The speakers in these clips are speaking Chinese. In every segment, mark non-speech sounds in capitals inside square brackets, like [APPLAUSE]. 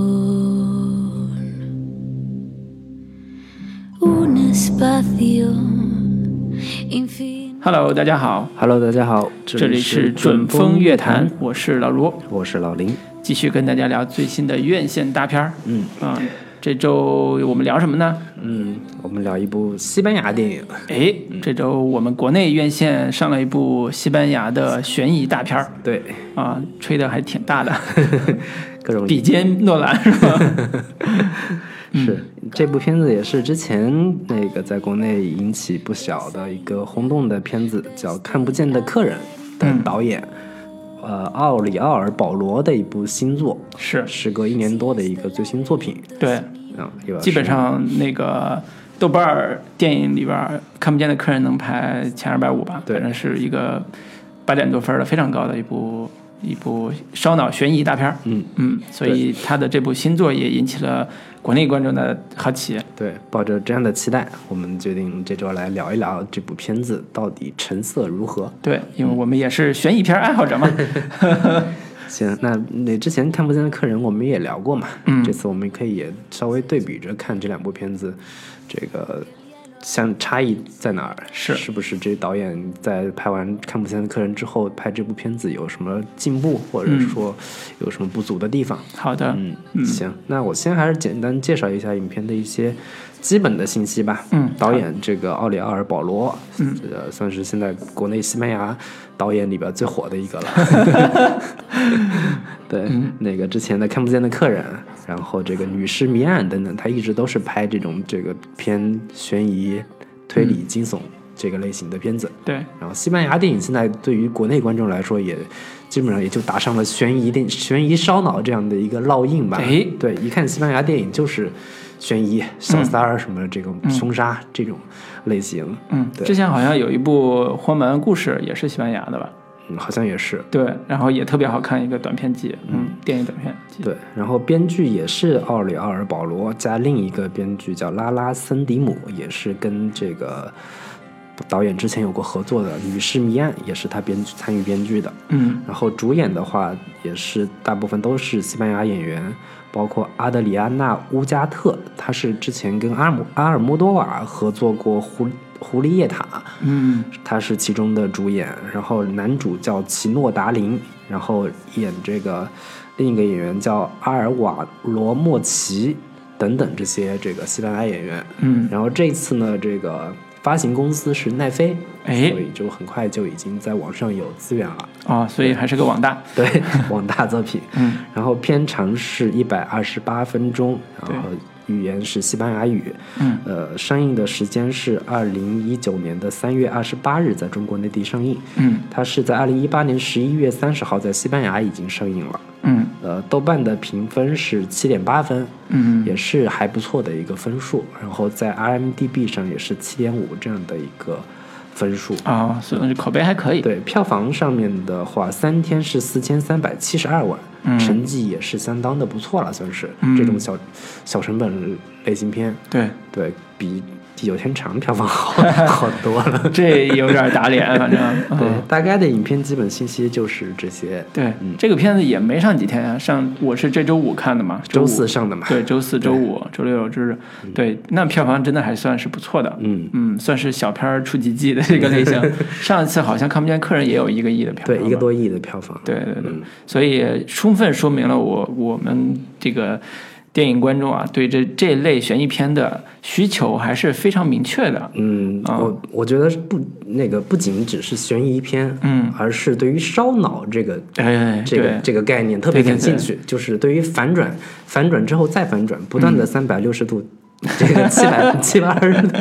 habitación. Un espacio infinito. Hello，大家好， Hello，大家好，这里是准风乐坛，，我是老卢，我是老林。继续跟大家聊最新的院线大片儿。嗯啊、这周我们聊什么呢？嗯，我们聊一部西班牙电影，哎，这周我们国内院线上了一部西班牙的悬疑大片儿对，啊、吹的还挺 [LAUGHS] 大的，各种比肩诺兰是 [LAUGHS] 吧？是嗯这部片子也是之前那个在国内引起不小的一个轰动的片子，叫《看不见的客人》嗯的导演，呃，奥里奥尔·保罗的一部新作，是，时隔一年多的一个最新作品。对，嗯，也基本上那个豆瓣儿电影里边儿看不见的客人能排前二百五吧，对反正是一个八点多分儿的非常高的一部一部烧脑悬疑大片儿。嗯嗯，所以他的这部新作也引起了国内观众的好奇。对，抱着这样的期待，我们决定这周来聊一聊这部片子到底成色如何。对，因嗯为我们也是悬疑片爱好者 [LAUGHS] 嘛。行，那那之前看不见的客人我们也聊过嘛，嗯这次我们可以也稍微对比着看这两部片子，这个相差异在哪儿？是是不是这导演在拍完《看不见的客人》之后拍这部片子有什么进步，或者嗯说有什么不足的地方？好的，嗯，行，那我先还是简单介绍一下影片的一些基本的信息吧。嗯导演这个奥里奥尔·保罗，嗯，呃，算是现在国内西班牙导演里边最火的一个了。 [LAUGHS] 对，那个之前的《看不见的客人》，然后这个《女尸谜案》等等，他一直都是拍这种这个偏悬疑、推理、惊悚这个类型的片子。对，然后西班牙电影现在对于国内观众来说也。基本上也就打上了悬疑电、悬疑烧脑这样的一个烙印吧。哎对，一看西班牙电影就是悬疑、小三儿什么这种凶杀这种类型，嗯，对之前好像有一部《荒蛮故事》也是西班牙的吧？嗯，好像也是。对，然后也特别好看一个短片集，嗯，电影短片集。对，然后编剧也是奥里奥尔·保罗加另一个编剧叫拉拉·森迪姆，也是跟这个导演之前有过合作的《女尸谜案》，也是他编剧参与编剧的。嗯，然后主演的话也是大部分都是西班牙演员，包括阿德里安娜·乌加特，她是之前跟阿尔姆阿尔莫多瓦合作过《狐狐狸夜塔》，嗯，她是其中的主演。然后男主叫奇诺·达林，然后演这个另一个演员叫阿尔瓦罗·莫奇等等这些这个西班牙演员。嗯，然后这次呢，这个发行公司是奈飞，哎所以就很快就已经在网上有资源了。哦，所以还是个网大。对，网大作品。嗯，然后片长是一百二十八分钟，然后语言是西班牙语。嗯，呃，上映的时间是二零一九年的三月二十八日在中国内地上映。嗯它是在二零一八年十一月三十号在西班牙已经上映了。嗯呃，豆瓣的评分是七点八分，嗯也是还不错的一个分数。然后在 IMDB 上也是七点五这样的一个分数。啊、所以口碑还可以。对，票房上面的话，三天是四千三百七十二万，嗯成绩也是相当的不错了，算是、嗯这种小小成本类型片，对，对比地久天长票 [LAUGHS] 房好好多了。这有点打脸，反正。 [LAUGHS] 对嗯，大概的影片基本信息就是这些。对嗯，这个片子也没上几天呀、啊上我是这周五看的嘛，周五四。上的嘛，对，周四、周五、周六、周日，对，那票房真的还算是不错的，嗯算是小片儿出几季的这个类 [LAUGHS] 型。上一次好像看不见客人也有一个亿的票房对吧，一个多亿嗯的票房，嗯对对对，所以充分说明了我我们这个电影观众啊，对这这类悬疑片的需求还是非常明确的。嗯，啊我我觉得是不那个不仅只是悬疑片，嗯，而是对于烧脑这个哎，这个对这个概念特对别对感兴趣，就是对于反转，反转之后再反转，不嗯断的三百六十度，这个七 [LAUGHS] 百七百二十度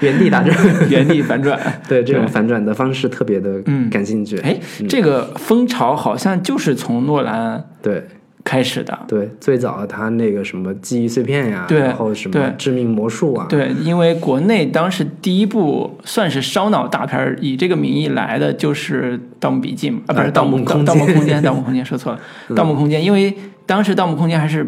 原地打转，原地反转。 [LAUGHS] 对这种对反转的方式特别的嗯感兴趣。哎，这个风潮好像就是从诺兰对开始的。对，最早他那个什么记忆碎片呀，对然后什么对致命魔术啊，对，因为国内当时第一部算是烧脑大片儿，以这个名义来的就是《盗墓笔记》嘛，啊，不是《呃盗墓盗墓空盗墓间空间》，《盗嗯墓空间》说错 [LAUGHS] 了，《盗墓空间》，因为当时《盗墓空间》还是。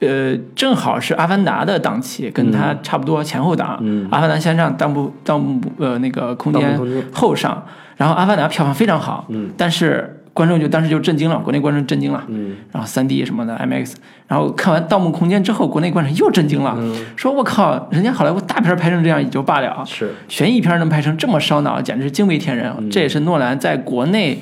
呃，正好是《阿凡达》的档期，跟它差不多前后档。阿凡达》先上，《盗墓嗯盗墓》呃那个空盗墓间嗯空间后上。然后《阿凡达》票房非常好，但是观众就当时就震惊了，国内观众震惊了，嗯，然后 3D 什么的 IMAX，然后看完《盗梦空间》之后，国内观众又震惊了，嗯说我靠，人家好莱坞大片拍成这样也就罢了，是悬疑片能拍成这么烧脑，简直是惊为天人。嗯这也是诺兰在国内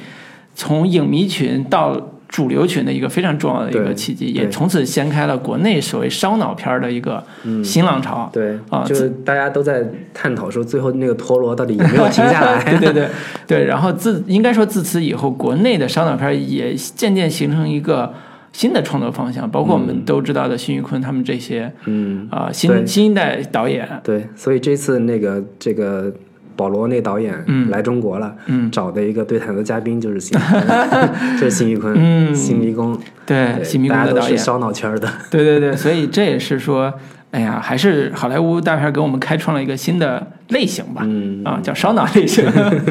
从影迷群到主流群的一个非常重要的一个对契机，对也从此掀开了国内所谓烧脑片的一个嗯新浪潮。对啊就是大家都在探讨说最后那个陀螺到底有 [LAUGHS] 没有停 [LAUGHS] 下对来。对 [LAUGHS] 对对，然后自应该说自此以后，国内的烧脑片也渐渐形成一个新的创作方向，包括我们都知道的辛玉坤他们这些嗯，啊、呃新对新一代导演，对，所以这次那个这个保罗那导演来中国了，嗯找的一个对谈的嘉宾就是辛， [LAUGHS] 坤，就是辛玉坤，嗯哎辛迷宫，对新迷宫大家的都导是演，烧脑圈 [LAUGHS] 儿的，对对对，所以这也是说，哎呀，还是好莱坞大片给我们开创了一个新的类型吧，嗯啊，叫烧脑类型。 [LAUGHS]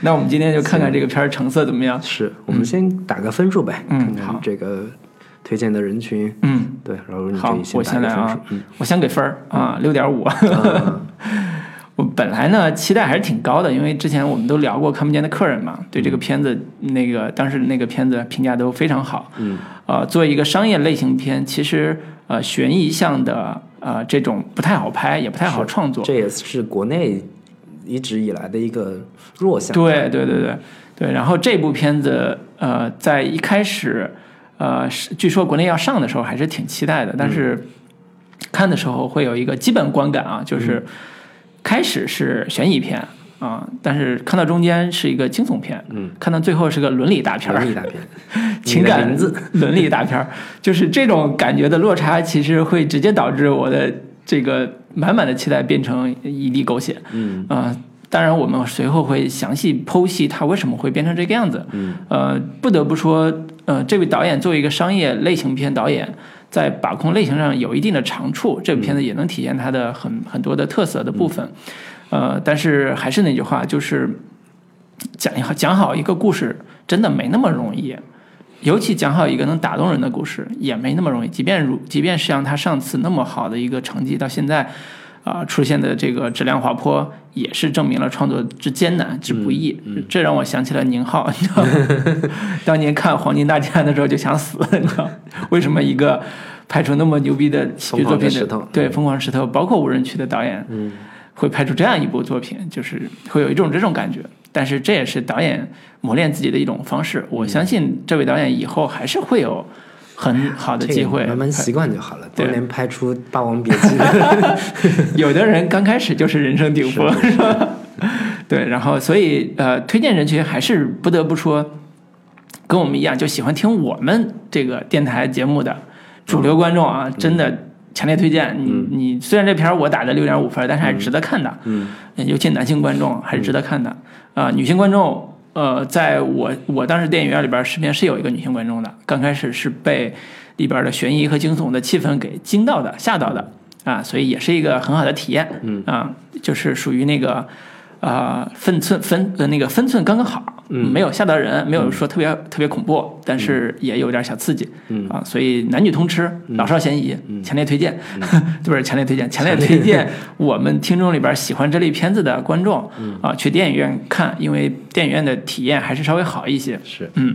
那我们今天就看看这个片儿成色怎么样。是我们先打个分数呗，嗯看好看这个推荐的人群，嗯，对，老卢你可好以，先我打先个来分啊数，，嗯我先给分儿啊，六点五。啊， [LAUGHS] 我本来呢期待还是挺高的，因为之前我们都聊过《看不见的客人》嘛，对这嗯个片子那个当时那个片子评价都非常好。嗯，呃，作为一个商业类型片，其实呃悬疑向的呃这种不太好拍，也不太好创作。这也是国内一直以来的一个弱项，对对对对对。然后这部片子，呃，在一开始，呃，是据说国内要上的时候还是挺期待的，但是看的时候会有一个基本观感啊，就是开始是悬疑片啊、但是看到中间是一个惊悚片，嗯，看到最后是个伦理大片儿文艺。大片， [LAUGHS] [LAUGHS] 情你的感名字伦理大片儿，就是这种感觉的落差，其实会直接导致我的这个满满的期待变成一地狗血。嗯啊、当然我们随后会详细剖析它为什么会变成这个样子。嗯，呃，不得不说，呃，这位导演作为一个商业类型片导演，在把控类型上有一定的长处，这部片子也能体现它的很很多的特色的部分。呃，但是还是那句话，就是讲一好讲好一个故事，真的没那么容易。尤其讲好一个能打动人的故事，也没那么容易。即便如，即便是像他上次那么好的一个成绩，到现在，啊、出现的这个质量滑坡，也是证明了创作之艰难之不易。嗯这让我想起了宁浩， [LAUGHS] 你知道吗，当年看《黄金大劫案》的时候就想死，你知道吗为什么一个拍出那么牛逼的喜剧作疯狂品的的石头对《疯狂石头》，包括《无人区》的导演，会拍出这样一部作品，就是会有一种这种感觉。但是这也是导演磨练自己的一种方式。我相信这位导演以后还是会有很好的这个机会。慢慢习惯就好了，对当年拍出《霸王别姬》 [LAUGHS] 的。有的人刚开始就是人生顶峰，是吧？ [LAUGHS] 对，然后所以呃，推荐人群还是不得不说，跟我们一样就喜欢听我们这个电台节目的主流观众嗯啊，真的强烈推荐你。你虽然这片儿我打的六点五分儿，但是还是值得看的。嗯，尤其男性观众还是值得看的。啊、女性观众，呃，在我我当时电影院里边儿，身边是有一个女性观众的，刚开始是被里边儿的悬疑和惊悚的气氛给惊到的、吓到的啊，所以也是一个很好的体验。嗯啊，就是属于那个。啊、分寸分呃那个分寸刚刚好，嗯没有吓到人，没有说特别、特别恐怖，但是也有点小刺激，嗯啊，所以男女通吃，老少咸宜，强烈推荐， [LAUGHS] 对不是强烈推荐，强烈嗯强烈 [LAUGHS] 推荐我们听众里边喜欢这类片子的观众、嗯啊，去电影院看，因为电影院的体验还是稍微好一些，是，嗯，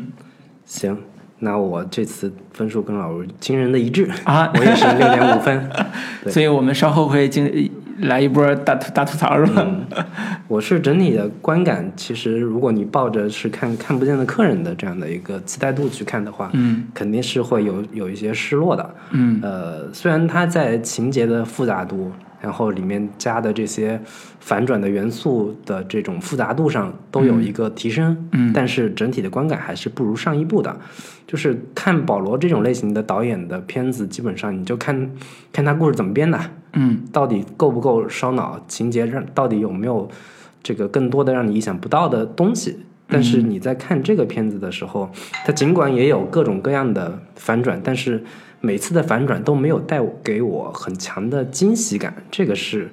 行，那我这次分数跟老吴惊人的一致啊我也是六点五分。对所以我们稍后会经来一波大吐大吐槽是吧？我是整体的观感，其实如果你抱着是看看不见的客人的这样的一个期待度去看的话，嗯，肯定是会有有一些失落的。嗯，呃，虽然它在情节的复杂度，然后里面加的这些反转的元素的这种复杂度上都有一个提升，嗯但是整体的观感还是不如上一部的。就是看保罗这种类型的导演的片子，基本上你就看看他故事怎么编的，嗯到底够不够烧脑，情节让到底有没有这个更多的让你意想不到的东西。但是你在看这个片子的时候，它尽管也有各种各样的反转，但是每次的反转都没有带我给我很强的惊喜感，这个是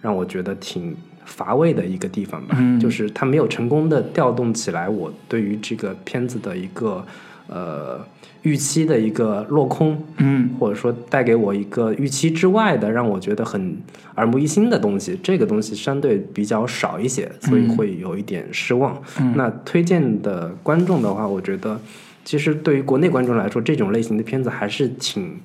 让我觉得挺乏味的一个地方吧。嗯就是它没有成功的调动起来我对于这个片子的一个呃预期的一个落空，嗯，或者说带给我一个预期之外的，让我觉得很耳目一新的东西，这个东西相对比较少一些，嗯所以会有一点失望。那推荐的观众的话，我觉得其实对于国内观众来说，这种类型的片子还是挺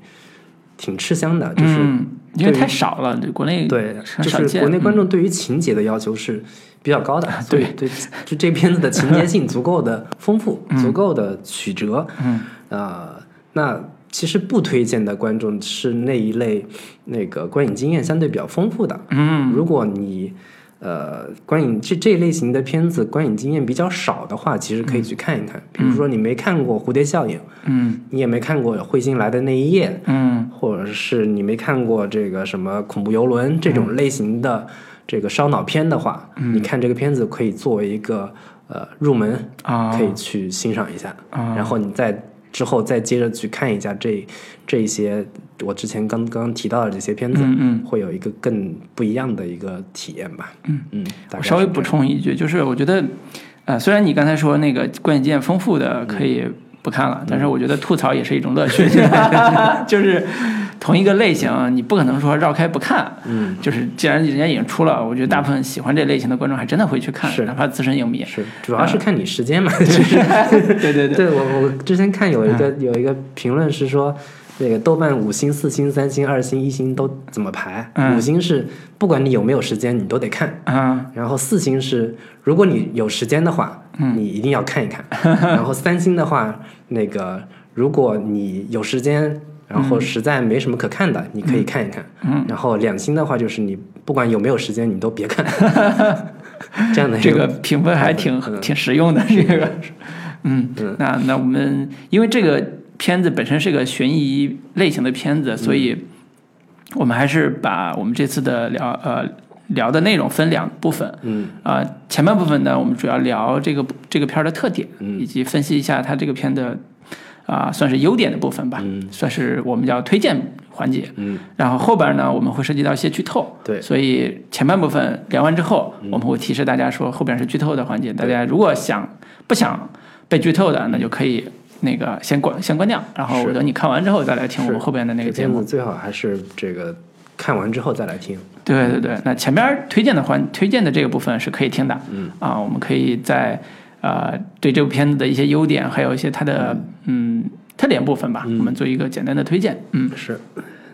挺吃香的，就是、嗯，因为太少了，对国内对，嗯很少就是见嗯国内观众对于情节的要求是比较高的，所以对，就这片子的情节性足够的丰富，足够的曲折，嗯，呃，那其实不推荐的观众是那一类那个观影经验相对比较丰富的，嗯，如果你呃观影这这一类型的片子观影经验比较少的话，其实可以去看一看，比如说你没看过《蝴蝶效应》，嗯你也没看过《彗星来的那一夜》，嗯或者是你没看过这个什么恐怖游嗯轮这种类型的这个烧脑片的话，你看这个片子可以作为一个呃入门，啊，可以去欣赏一下，啊然后你再之后再接着去看一下这这一些我之前刚刚提到的这些片子，嗯嗯会有一个更不一样的一个体验吧。嗯嗯，大概我是稍微这样补充一句，就是我觉得，呃，虽然你刚才说那个观影经验丰富的嗯可以不看了，但是我觉得吐槽也是一种乐 [LAUGHS] 趣， [LAUGHS] 就是同一个类型，你不可能说绕开不看。嗯，就是既然人家已经出了，我觉得大部分喜欢这类型的观众还真的会去看，是哪怕资深影迷。是主要呃是看你时 [LAUGHS] 间嘛， [LAUGHS] 就是对对对，对我我之前看有一嗯个、有一个评论是说，那个豆瓣五星、四星、三星、二星、一星都怎么排？嗯五星是不管你有没有时间，你都得看。啊，然后四星是，如果你有时间的话，嗯你一定要看一看。然后三星的话，那个如果你有时间，然嗯后实在没什么可看的，你可以看一看。然后两星的话，就是你不管有没有时间，你都 [LAUGHS] 别看。这样的一这个评分还挺嗯挺实用的，这 [LAUGHS] 个，嗯，那那我们因为这个片子本身是个悬疑类型的片嗯子，所以我们还是把我们这次的聊呃聊的内容分两部分，嗯啊、前半部分呢，我们主要聊这个这个片儿的特点，嗯以及分析一下它这个片的啊、算是优点的部分吧，嗯算是我们叫推荐环节。嗯，然后后边呢，我们会涉及到一些剧透。对嗯所以前半部分聊完之后，我们会提示大家说后边是剧透的环节，大家如果想不想被剧透的，那就可以那个先关先关掉，然后是等你看完之后再来听我们是后边的那个这节片目子。最好还是这个看完之后再来听。对对对，那前边推荐的环推荐的这个部分是可以听的，嗯啊，我们可以在呃对这部片子的一些优点，还有一些它的嗯特点部分吧，嗯我们做一个简单的推荐，嗯是，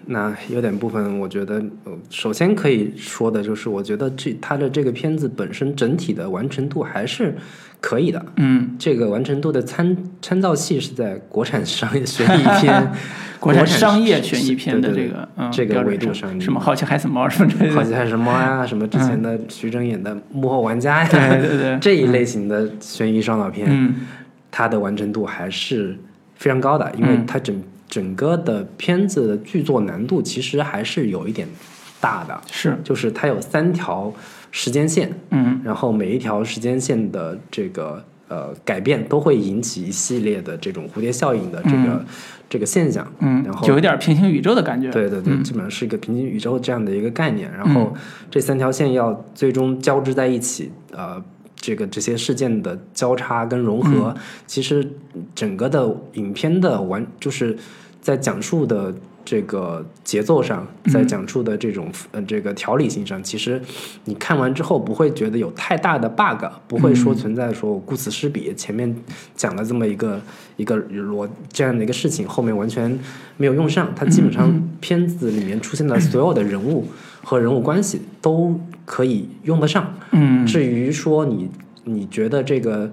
那有点部分，我觉得呃首先可以说的就是，我觉得这它的这个片子本身整体的完成度还是可以的。嗯，、这个完成度的参参照系是在国产商业悬疑片 [LAUGHS] 国产商业悬疑片的对这对个对嗯这个标维准度上上，什么好奇害死猫什么 [LAUGHS] 之类好的，奇还是猫啊，什么之前的徐峥演的《幕后玩家》呀，对对嗯对 [LAUGHS] 这一类型的悬疑烧脑片，嗯它的完成度还是非常高的，因嗯为它整、整个的片子的剧作难度其实还是有一点大的，是就是它有三条时间线，嗯然后每一条时间线的这个呃改变都会引起一系列的这种蝴蝶效应的这个、这个现象，嗯然，后有一点平行宇宙的感觉，嗯对对对，基本上是一个平行宇宙这样的一个概念。然后这三条线要最终交织在一起，呃，这个这些事件的交叉跟融合，其实整个的影片的完就是在讲述的。这个节奏上，在讲述的这种、呃这个条理性上，其实你看完之后不会觉得有太大的 bug，不会说存在说我顾此失彼，前面讲了这么一个一个逻这样的一个事情，后面完全没有用上。它基本上片子里面出现的所有的人物和人物关系都可以用得上。嗯至于说你你觉得这个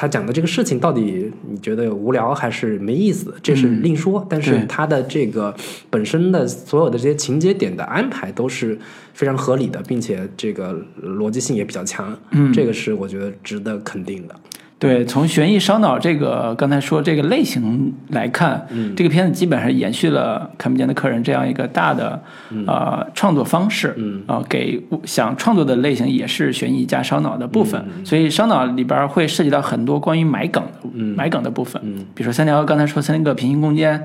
他讲的这个事情到底你觉得无聊还是没意思，这是另说。但嗯对是他的这个本身的所有的这些情节点的安排都是非常合理的，并且这个逻辑性也比较强。嗯，这个是我觉得值得肯定的。对，从悬疑烧脑这个刚才说这个类型来看，嗯这个片子基本上延续了《看不见的客人》这样一个大的、呃创作方式，嗯啊、给想创作的类型也是悬疑加烧脑的部分，嗯所以烧脑里边儿会涉及到很多关于埋梗的、埋梗的部分，嗯比如说三条刚才说三个平行空间，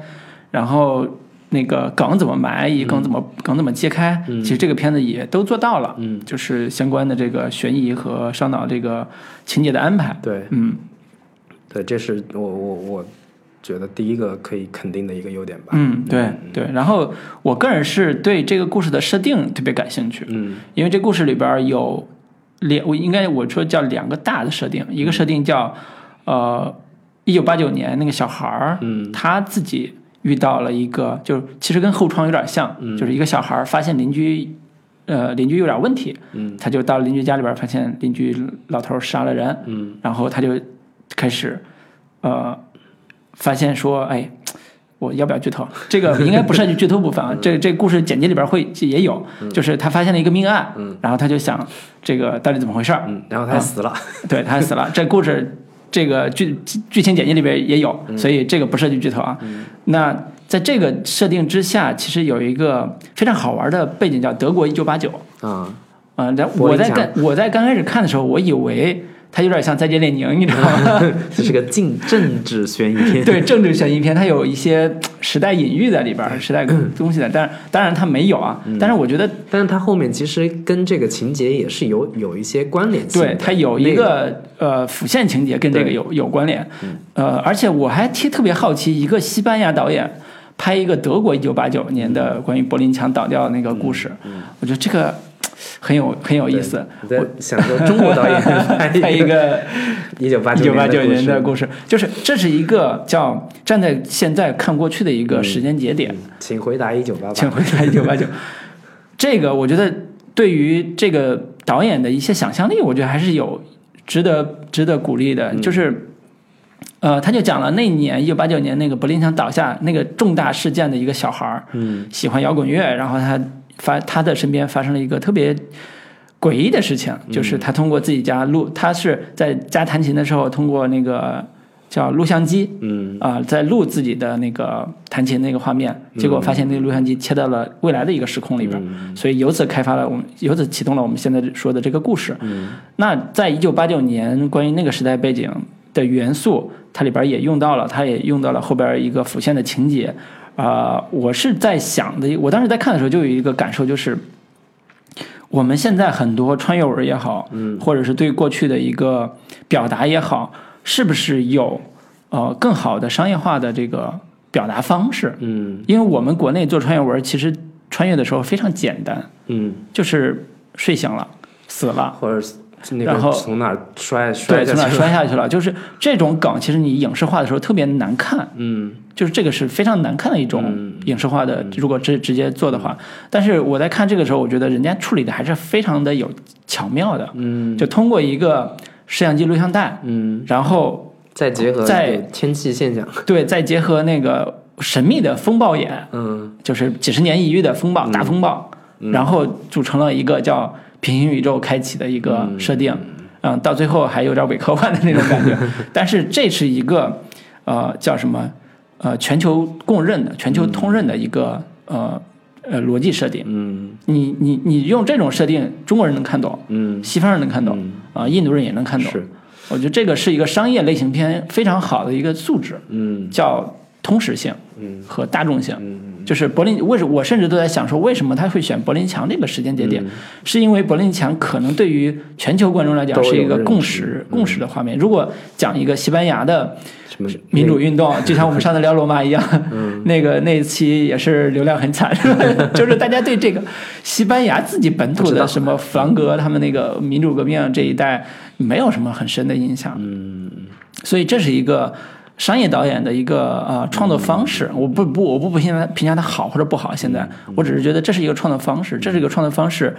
然后。那个梗怎么埋，以及梗怎么、梗怎么揭开，其实这个片子也都做到了，嗯就是相关的这个悬疑和烧脑这个情节的安排，对啊嗯，对，这是我我我觉得第一个可以肯定的一个优点吧。嗯，对对。然后我个人是对这个故事的设定特别感兴趣，嗯因为这故事里边儿有两，我应该我说叫两个大的设定，嗯一个设定叫呃，一九八九年那个小孩儿，嗯他自己遇到了一个，就是其实跟后窗有点像，嗯就是一个小孩儿发现邻居，呃，邻居有点问题，嗯他就到邻居家里边儿发现邻居老头儿杀了人，嗯然后他就开始，呃，发现说，哎，我要不要剧透？这个应该不涉及剧透部分啊，嗯这这故事简介里边会也有，就是他发现了一个命案，嗯然后他就想这个到底怎么回事儿？嗯，然后他死了。对他死了，这故事这个剧剧剧情简介里边也有，嗯所以这个不涉及剧透啊。那在这个设定之下，其实有一个非常好玩的背景叫德国一九八九。啊，啊、然后我柏林在墙刚我在刚开始看的时候，我以为它有点像《再见列宁》，你知道吗？ [LAUGHS] [LAUGHS] 这是个政政治悬疑片。对政治悬疑片，它有一些呃时代隐喻在里边儿，时代东西在，但当然它没有啊。但是我觉得，但是它后面其实跟这个情节也是有有一些关联性的。对它有一个呃辅线情节跟这个有有关联，呃，而且我还特特别好奇，一个西班牙导演拍一个德国一九八九年的关于柏林墙倒掉的那个故事，我觉得这个呃很有很有那个意思。我在想说中国 [LAUGHS] 导演拍拍一个一九八一九八九九年的的故事，事，就是这是一个叫站在现在看过去的一个时间节点，嗯请回答一九八请八。回答一九八九。这个我觉得对于这个导演的一些想象力，我觉得还是有值得值得鼓励嗯的。就是，呃，他就讲了那一年一九八九年那个柏林墙倒下那个重大事件的一个小孩儿，嗯喜欢摇滚乐，然后他发他的身边发生了一个特别诡异的事情，嗯就是他通过自己家录，他是在家弹琴的时候通过那个叫录像机，嗯啊、在录自己的那个弹琴那个画面，结果发现那个录像机切到了未来的一个时空里边，所以由此开发了我们，由此启动了我们现在说的这个故事。那在一九八九年，关于那个时代背景的元素，它里边也用到了，它也用到了后边一个浮现的情节。啊、我是在想的，我当时在看的时候就有一个感受，就是我们现在很多穿越文也好，嗯，或者是对过去的一个表达也好，是不是有呃更好的商业化的这个表达方式？ [LAUGHS] 嗯因为我们国内做穿越文，其实穿越的时候非常简单，嗯，就是睡醒了，死了。或者是那然后个从哪儿摔摔对，下从哪儿去摔下去了？就是这种梗，其实你影视化的时候特别难看，嗯就是这个是非常难看的一种嗯影视化的。如果直直接做的话，但是我在看这个时候，我觉得人家处理的还是非常的有巧妙的。嗯就通过一个摄像机录像带，嗯，然后再结合在这个天气现象，对，再结合那个神秘的风暴眼，嗯就是几十年一遇的风暴、大风暴，然后组成了一个叫平行宇宙开启的一个设定，嗯，到最后还有点伪科幻的那种感觉，但是这是一个呃叫什么呃全球共认的、全球通认的一个呃呃逻辑设定，嗯你你你用这种设定，中国人能看懂，嗯，西方人能看懂，啊、印度人也能看懂，是我觉得这个是一个商业类型片非常好的一个素质，嗯叫通识性嗯和大众性。嗯就是柏林，为什我甚至都在想说，为什么他会选柏林墙这个时间节嗯点？是因为柏林墙可能对于全球观众来讲都有是一个认嗯共知识、共识的画面。如果讲一个西班牙的什么民主运动，就像我们上次聊罗马一样，嗯 [LAUGHS] 那个那一期也是流量很惨， [LAUGHS] 就是大家对这个西班牙自己本土不知的道什么弗朗哥他们那个民主革命这一代没有什么很深的印象，嗯所以这是一个。商业导演的一个呃创作方式，嗯我不不我不评价评价它好或者不好，现在我只是觉得这是一个创作方式，这是一个创作方式，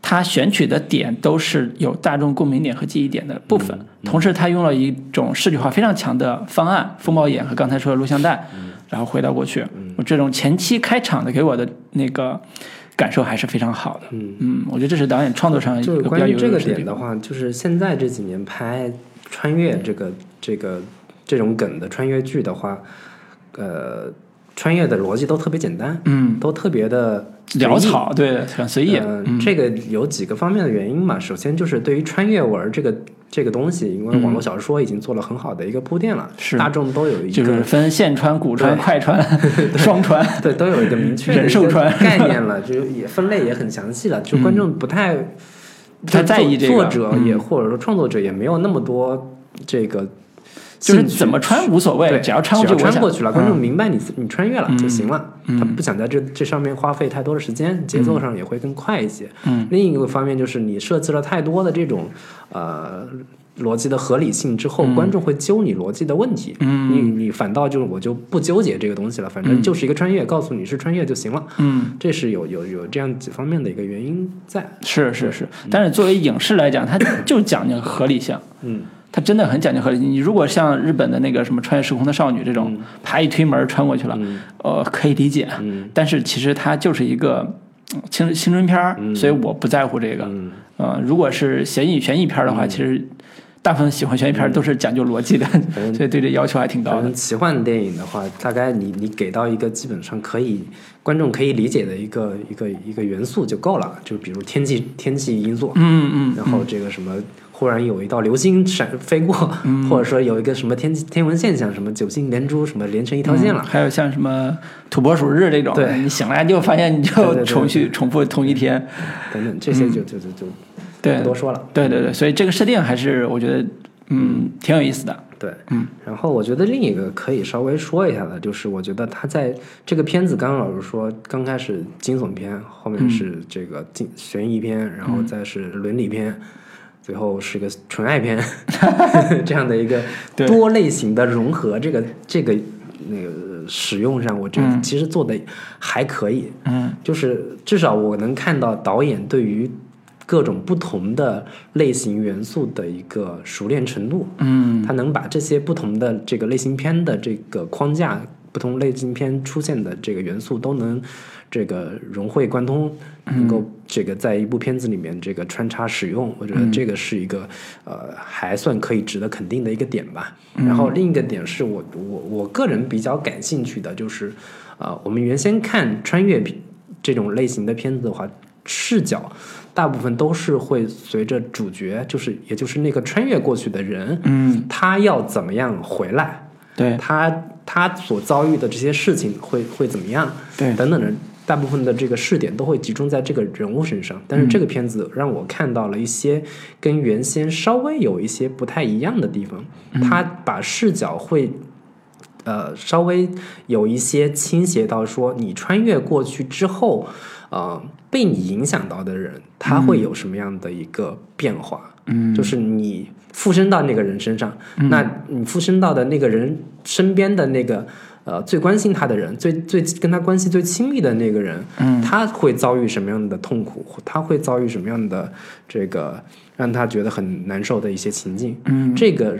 它选取的点都是有大众共鸣点和记忆点的部分，嗯同时它用了一种视觉化非常强的方案，风暴眼和刚才说的录像带，嗯然后回到过去，我这种前期开场的给我的那个感受还是非常好的，嗯嗯，我觉得这是导演创作啊上一就是个比较关于有这意个思的点地的方。话，就是现在这几年拍穿越这个这个这种梗的穿越剧的话，呃，穿越的逻辑都特别简单，嗯，都特别的潦草，对，很随意，嗯、嗯这个有几个方面的原因嘛。首先就是对于穿越文儿这个这个东西，因为网络小说已经做了很好的一个铺垫了，嗯是大众都有一个、就是分线穿、骨穿、对快 [LAUGHS] 穿、 [LAUGHS] 双穿，对都有一个明确的忍一受个穿嗯概念了，就是也分类也很详细了，就观众不太、太在意这个作者也、嗯或者说创作者也没有那么多这个就是进去怎么穿无所谓，对，只要穿过只去要我想，穿过去了，观众明白你你穿越了就行了。嗯他不想在这这上面花费太多的时间，节奏上也会更快一些。嗯另一个方面就是你设置了太多的这种呃逻辑的合理性之后，观众会揪你逻辑的问题。嗯你你反倒就是我就不纠结这个东西了，反正就是一个穿越，告诉你是穿越就行了。嗯。这是有有有这样几方面的一个原因在。是是是，但是作为影视来讲，它就讲究合理性，嗯，它真的很讲究合理性。你如果像日本的那个什么穿越时空的少女这种，啪一推门穿过去了，嗯呃，可以理解。嗯但是其实它就是一个嗯青青春片儿，所以我不在乎这个。嗯，呃，如果是悬疑悬疑片儿的话，其实大部分喜欢悬疑嗯片儿都是讲究逻辑的，正 [LAUGHS] 所以对这要求还挺高反的正。奇幻电影的话，大概你你给到一个基本上可以观众可以理解的一个一个一个元素就够了，就比如天气天气因素，嗯嗯，然后这个什么忽然有一道流星闪飞过，嗯或者说有一个什么天气天文现象，什么九星连珠什么连成一条线嗯了，还有像什么土拨鼠日这种，对你醒来就发现你对就对重续重复同一天，等等这些就就就就嗯对不多说了。对对对，所以这个设定还是我觉得嗯挺有意思的。对，嗯，然后我觉得另一个可以稍微说一下的，就是我觉得他在这个片子，刚刚老师说，刚开始惊悚片，后嗯面是这个惊悬疑片，然后再是伦理片，最后是个纯 [LAUGHS] 爱片，这样的一个对多类型的融合，这个这个那个使用上，我觉得嗯其实做的还可以，嗯就是至少我能看到导演对于各种不同的类型元素的一个熟练程度。嗯他能把这些不同的这个类型片的这个框架，不同类型片出现的这个元素都能这个融会贯通，嗯能够这个在一部片子里面这个穿插使用，我觉嗯得这个是一个呃还算可以值得肯定的一个点吧。嗯然后另一个点是我我我个人比较感兴趣的就是，呃，我们原先看穿越片这种类型的片子的话，视角大部分都是会随着主角，就是也就是那个穿越过去的人，嗯，他要怎么样回来，对他他所遭遇的这些事情会会怎么样，对等等的，大部分的这个视点都会集中在这个人物身上。但是这个片子让我看到了一些跟原先稍微有一些不太一样的地方，他把视角会。呃，稍微有一些倾斜到说，你穿越过去之后，呃，被你影响到的人，他会有什么样的一个变化？嗯，就是你附身到那个人身上，嗯那你附身到的那个人身边的那个呃最关心他的人，最最跟他关系最亲密的那个人，嗯，他会遭遇什么样的痛苦？他会遭遇什么样的这个让他觉得很难受的一些情境？嗯，这个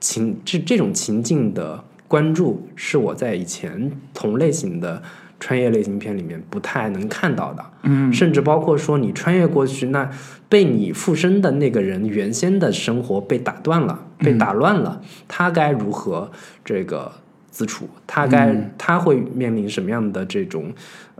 情这这种情境的关注，是我在以前同类型的穿越类型片里面不太能看到的。嗯甚至包括说你穿越过去，那被你附身的那个人原先的生活被打断了，嗯被打乱了，他该如何这个自处？他该、嗯他会面临什么样的这种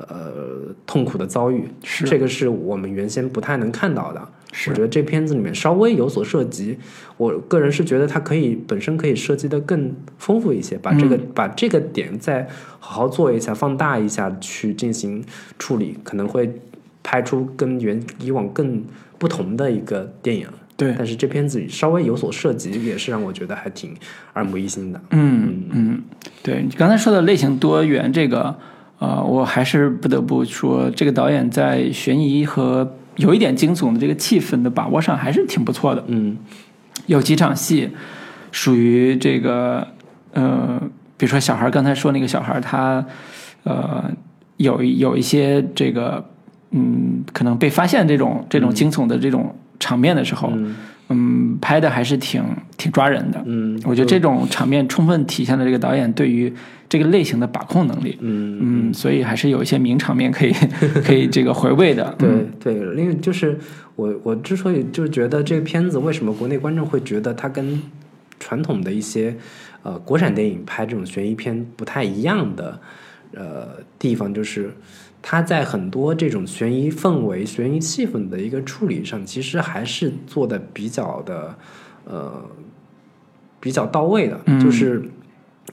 呃痛苦的遭遇？是这个是我们原先不太能看到的。是我觉得这片子里面稍微有所涉及，我个人是觉得它可以本身可以设计的更丰富一些，嗯把这个、把这个点再好好做一下，放大一下去进行处理，可能会拍出跟原以往更不同的一个电影。对，但是这片子稍微有所涉及，也是让我觉得还挺耳目一新的。嗯嗯，对你刚才说的类型多元这个，呃，我还是不得不说，这个导演在悬疑和有一点惊悚的这个气氛的把握上还是挺不错的。嗯有几场戏属于这个，呃，比如说小孩儿刚才说那个小孩儿他，呃，有一有一些这个，嗯，可能被发现这种这嗯种惊悚的这种场面的时候，嗯拍的还是挺挺抓人的。嗯我觉得这种场面充分体现了这个导演对于这个类型的把控能力。嗯，嗯，所以还是有一些名场面 [LAUGHS] 可以可以这个回味的。嗯对对，因为就是我我之所以就是觉得这个片子为什么国内观众会觉得它跟传统的一些呃国产电影拍这种悬疑片不太一样的呃地方，就是它在很多这种悬疑氛围、悬疑气氛的一个处理上，其实还是做的比较的呃比较到位的，嗯就是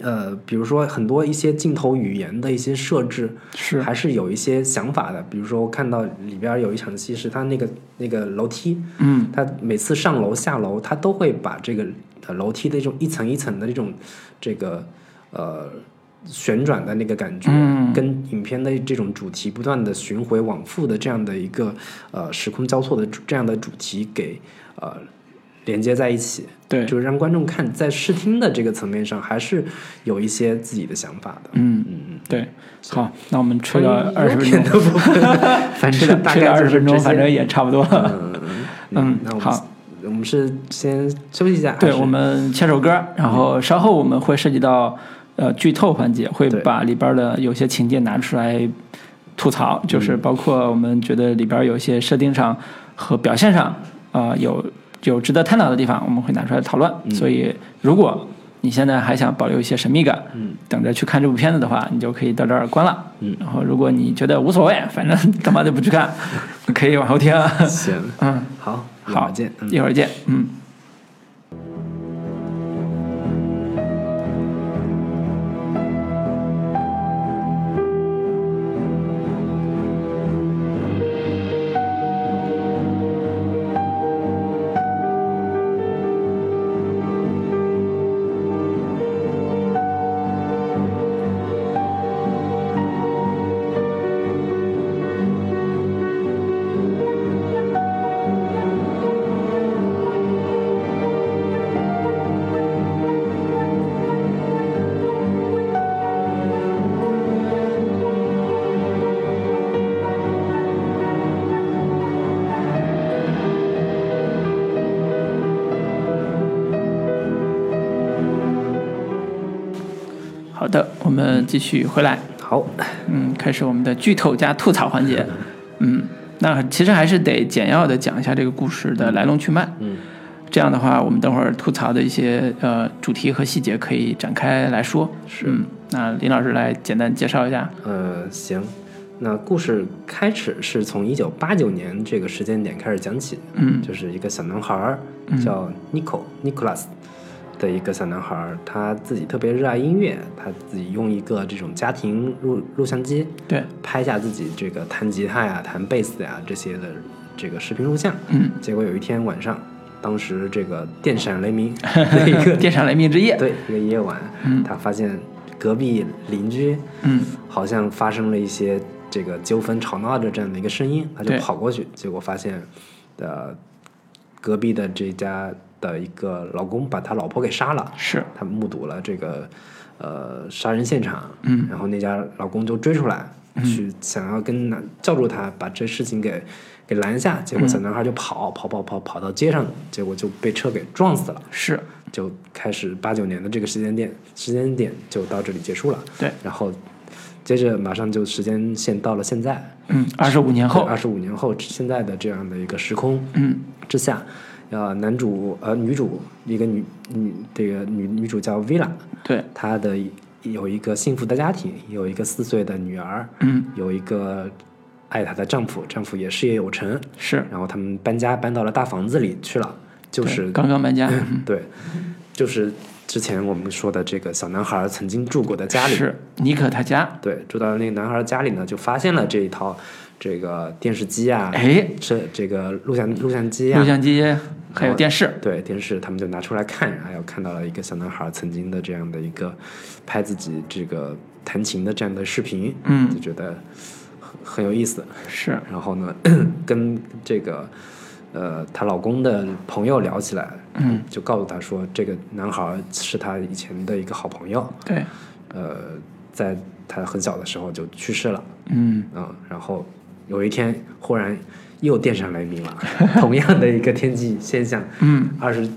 呃，比如说很多一些镜头语言的一些设置，是还是有一些想法的。比如说，我看到里边有一场戏是他那个那个楼梯，嗯他每次上楼下楼，他都会把这个呃楼梯的这种一层一层的这种这个呃旋转的那个感觉，嗯跟影片的这种主题不断的巡回往复的这样的一个呃时空交错的主这样的主题给呃连接在一起，对，就是让观众看在视听的这个层面上还是有一些自己的想法的。嗯嗯嗯，对，好，那我们吹了二十分优点钟，的部分， [LAUGHS] 反吹了正大吹了概二就十是分这钟，些反正也差不多了。嗯嗯那我们好，我们是先休息一下，对，还是我们切首歌，然后稍后我们会涉及到呃剧透环节，会嗯对把里边的有些情节拿出来吐槽，就是嗯包括我们觉得里边有一些设定上和表现上啊、呃有有值得探讨的地方，我们会拿出来讨论。嗯所以如果你现在还想保留一些神秘感，嗯等着去看这部片子的话，你就可以到这儿关了。嗯然后如果你觉得无所谓，反正 [LAUGHS] 他妈就不去看，你可以往后听啊。行，嗯，好，一会好，儿见，嗯一会儿见，嗯。好的，我们继续回来，好，嗯，开始我们的剧透加吐槽环 [LAUGHS] 节，嗯，那其实还是得简要的讲一下这个故事的来龙去脉，嗯，这样的话，我们等会儿吐槽的一些呃主题和细节可以展开来说，是嗯，那林老师来简单介绍一下，呃，行。那故事开始是从一九八九年这个时间点开始讲起，嗯就是一个小男孩儿叫 Nico、Nicholas 的一个小男孩儿，他自己特别热爱音乐，他自己用一个这种家庭录录像机，对，拍下自己这个弹吉他呀、弹贝斯呀这些的这个视频录像。 [LAUGHS] 嗯，结果有一天晚上，当时这个电闪 [LAUGHS] 雷鸣的一个电闪雷鸣之夜，对一个夜晚，他发现隔壁邻居嗯好像发生了一些这个纠纷、吵闹的这样的一个声音，他就对跑过去，结果发现，呃，隔壁的这家的一个老公把他老婆给杀了。是，他目睹了这个呃杀人现场，嗯然后那家老公就追出来，去想要跟男叫住他，把这事情给给拦下，结果嗯小男孩就跑、跑跑跑跑到街上，结果就被车给撞死了，是就开始八九年的这个时间点时间点就到这里结束了，对，然后接着马上就时间线到了现在，嗯，二十五年后二，十五年后现在的这样的一个时空，嗯之下，呃，男主呃女主一个女女这个女女主叫 Villa，对，她的一有一个幸福的家庭，有一个四岁的女儿，嗯有一个爱她的丈夫，丈夫也事业有成，是，然后他们搬家搬到了大房子里去了，就对是刚刚搬家，嗯对，就是之前我们说的这个小男孩曾经住过的 [LAUGHS] 家里，是尼可他家，对，住到那个男孩家里呢，就发现了这一套这个电视机啊，哎，这这个录像录像机啊录，像机还有电视，对电视，他们就拿出来看，然后看到了一个小男孩曾经的这样的一个拍自己这个弹琴的这样的视频，嗯就觉得很很有意思。是，然后呢， [COUGHS] 跟这个呃她老公的朋友聊起来，嗯，就告诉她说，这个男孩是她以前的一个好朋友，对，呃，在她很小的时候就去世了。嗯。嗯，然后有一天忽然又电闪雷鸣了，同样的一个天气现象，嗯二十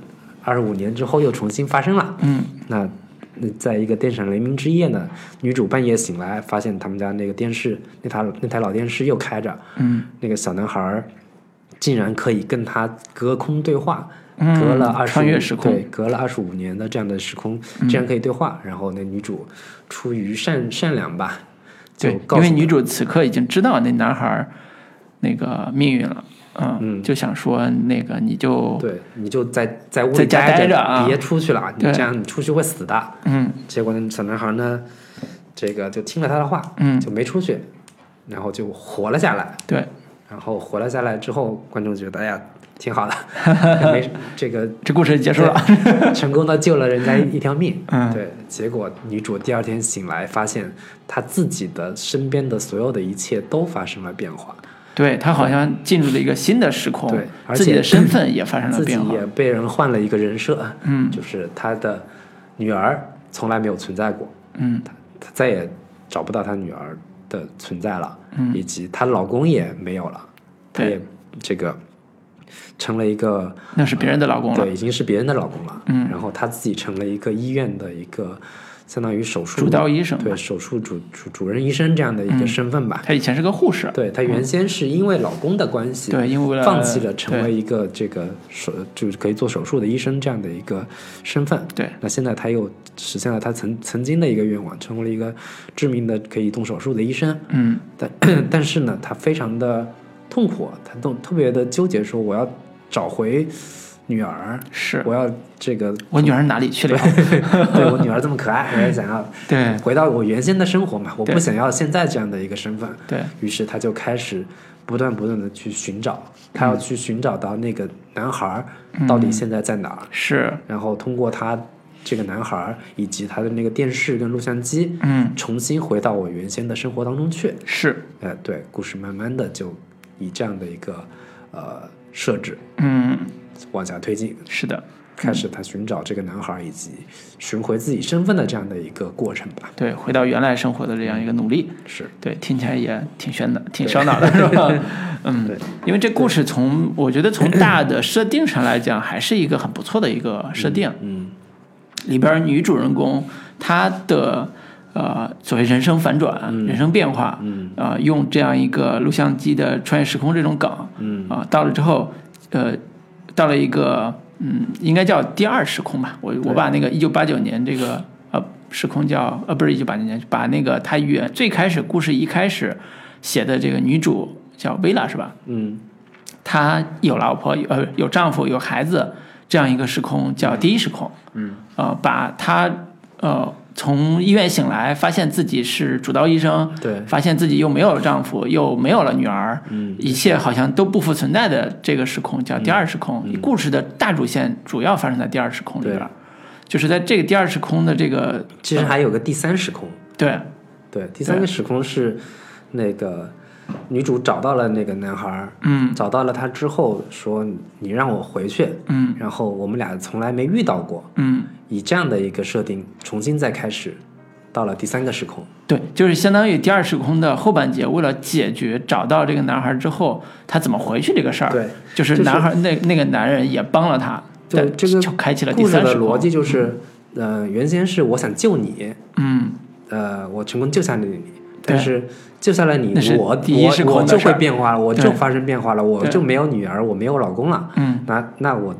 二十五年之后又重新发生了。嗯那那在一个电闪雷鸣之夜呢，女主半夜醒来，发现他们家那个电视，那台那台老电视又开着，嗯那个小男孩儿竟然可以跟他隔空对话，嗯隔了二十穿越时空嗯对，隔了二十五年的这样的时空，竟然可以对话。然后那女主出于善善良吧，就对，告因诉为女他主此刻已经知道那男孩儿那个命运了，嗯，嗯就想说那个你就对，你就在在屋在里家待待着啊别出去了，你对这样你出去会死的。嗯结果那小男孩呢，这个就听了他的话，嗯就没出去，然后就活了下来。对，然后活了下来之后，观众觉得哎呀挺 [LAUGHS] 好的，没这个这故事结束了。对成功的救了人家一一条命。 [LAUGHS] 嗯对，结果女主第二天醒来，发现她自己的身边的所有的一切都发生了变化，对他好像进入了一个新的时空对，而自己且的身份也发生了自己变化也。被人换了一个人设，嗯就是她的女儿从来没有存在过，嗯她再也找不到她女儿的存在了，嗯以及她老公也没有了，她对也这个成了一个那是别人的老公了对，。已经是别人的老公了。嗯然后她自己成了一个医院的一个相当于手术主刀医生吧嗯对，手术主主主任医生这样的一个身份吧。他以前是个护士，对她原先是因为老公的关系，对，因为了放弃了成为对一个这个手就是可以做手术的医生这样的一个身份。对那现在她又实现了她曾曾经的一个愿望，成为了一个知名的可以动手术的医生。嗯但但 [CLEARS THROAT] 是呢，她非常的痛苦，她都特别的纠结，说我要找回女儿，是我要这个 [LAUGHS] 我女儿哪里去了？对我女儿这么可爱，我也想要对回到我原先的生活嘛，我对不想要现在这样的一个身份。对于是他就开始不断不断的去寻找，他嗯要去寻找到那个男孩儿到底现在在哪儿，是然后通过他这个男孩儿以及他的那个电视跟录像机，嗯重新回到我原先的生活当中去。是呃，对，故事慢慢的就以这样的一个呃设置嗯往下推进，是的开始他寻找这个男孩儿以及寻回自己身份的这样的一个过程吧。对，回到原来生活的这样一个努力，是，对，听起来也挺喧的，挺烧脑的是吧？嗯对，因为这故事从我觉得从大的设定上来讲，还是一个很不错的一个设定。嗯，里边儿女主人公她的呃所谓人生反转、人生变化，嗯呃，用这样一个录像机的穿越时空这种梗，嗯啊、到了之后，呃，到了一个嗯，应该叫第二时空吧，我我把那个一九八九年这个呃时空叫呃不是一九八九年，把那个她原最开始故事一开始写的这个女主叫薇拉是吧？嗯，她有老婆，有呃有丈夫，有孩子，这样一个时空叫第一时空。嗯，呃，把她呃从医院醒来，发现自己是主刀医生，对，发现自己又没有了丈夫，又没有了女儿，嗯一切好像都不复存在的这个时空叫第二时空。嗯故事的大主线主要发生在第二时空里边对儿，就是在这个第二时空的这个其实还有个第三时空。对对，第三个时空是那个女主找到了那个男孩儿，嗯找到了他之后说你让我回去，嗯然后我们俩从来没遇到过，嗯。以这样的一个设定重新再开始，到了第三个时空，对，就是相当于第二时空的后半节，为了解决找到这个男孩之后，他怎么回去这个事儿，对，就是就是男孩那那个男人也帮了他，就在这个就开启了第故事三的时空逻辑就是，呃，原先是我想救你，嗯，呃，我成功救下了你，对但是救下了你那是，我第一时我我空的就事会儿变化了，我对就发生变化了，我对就没有女儿，我没有老公了，嗯，那那我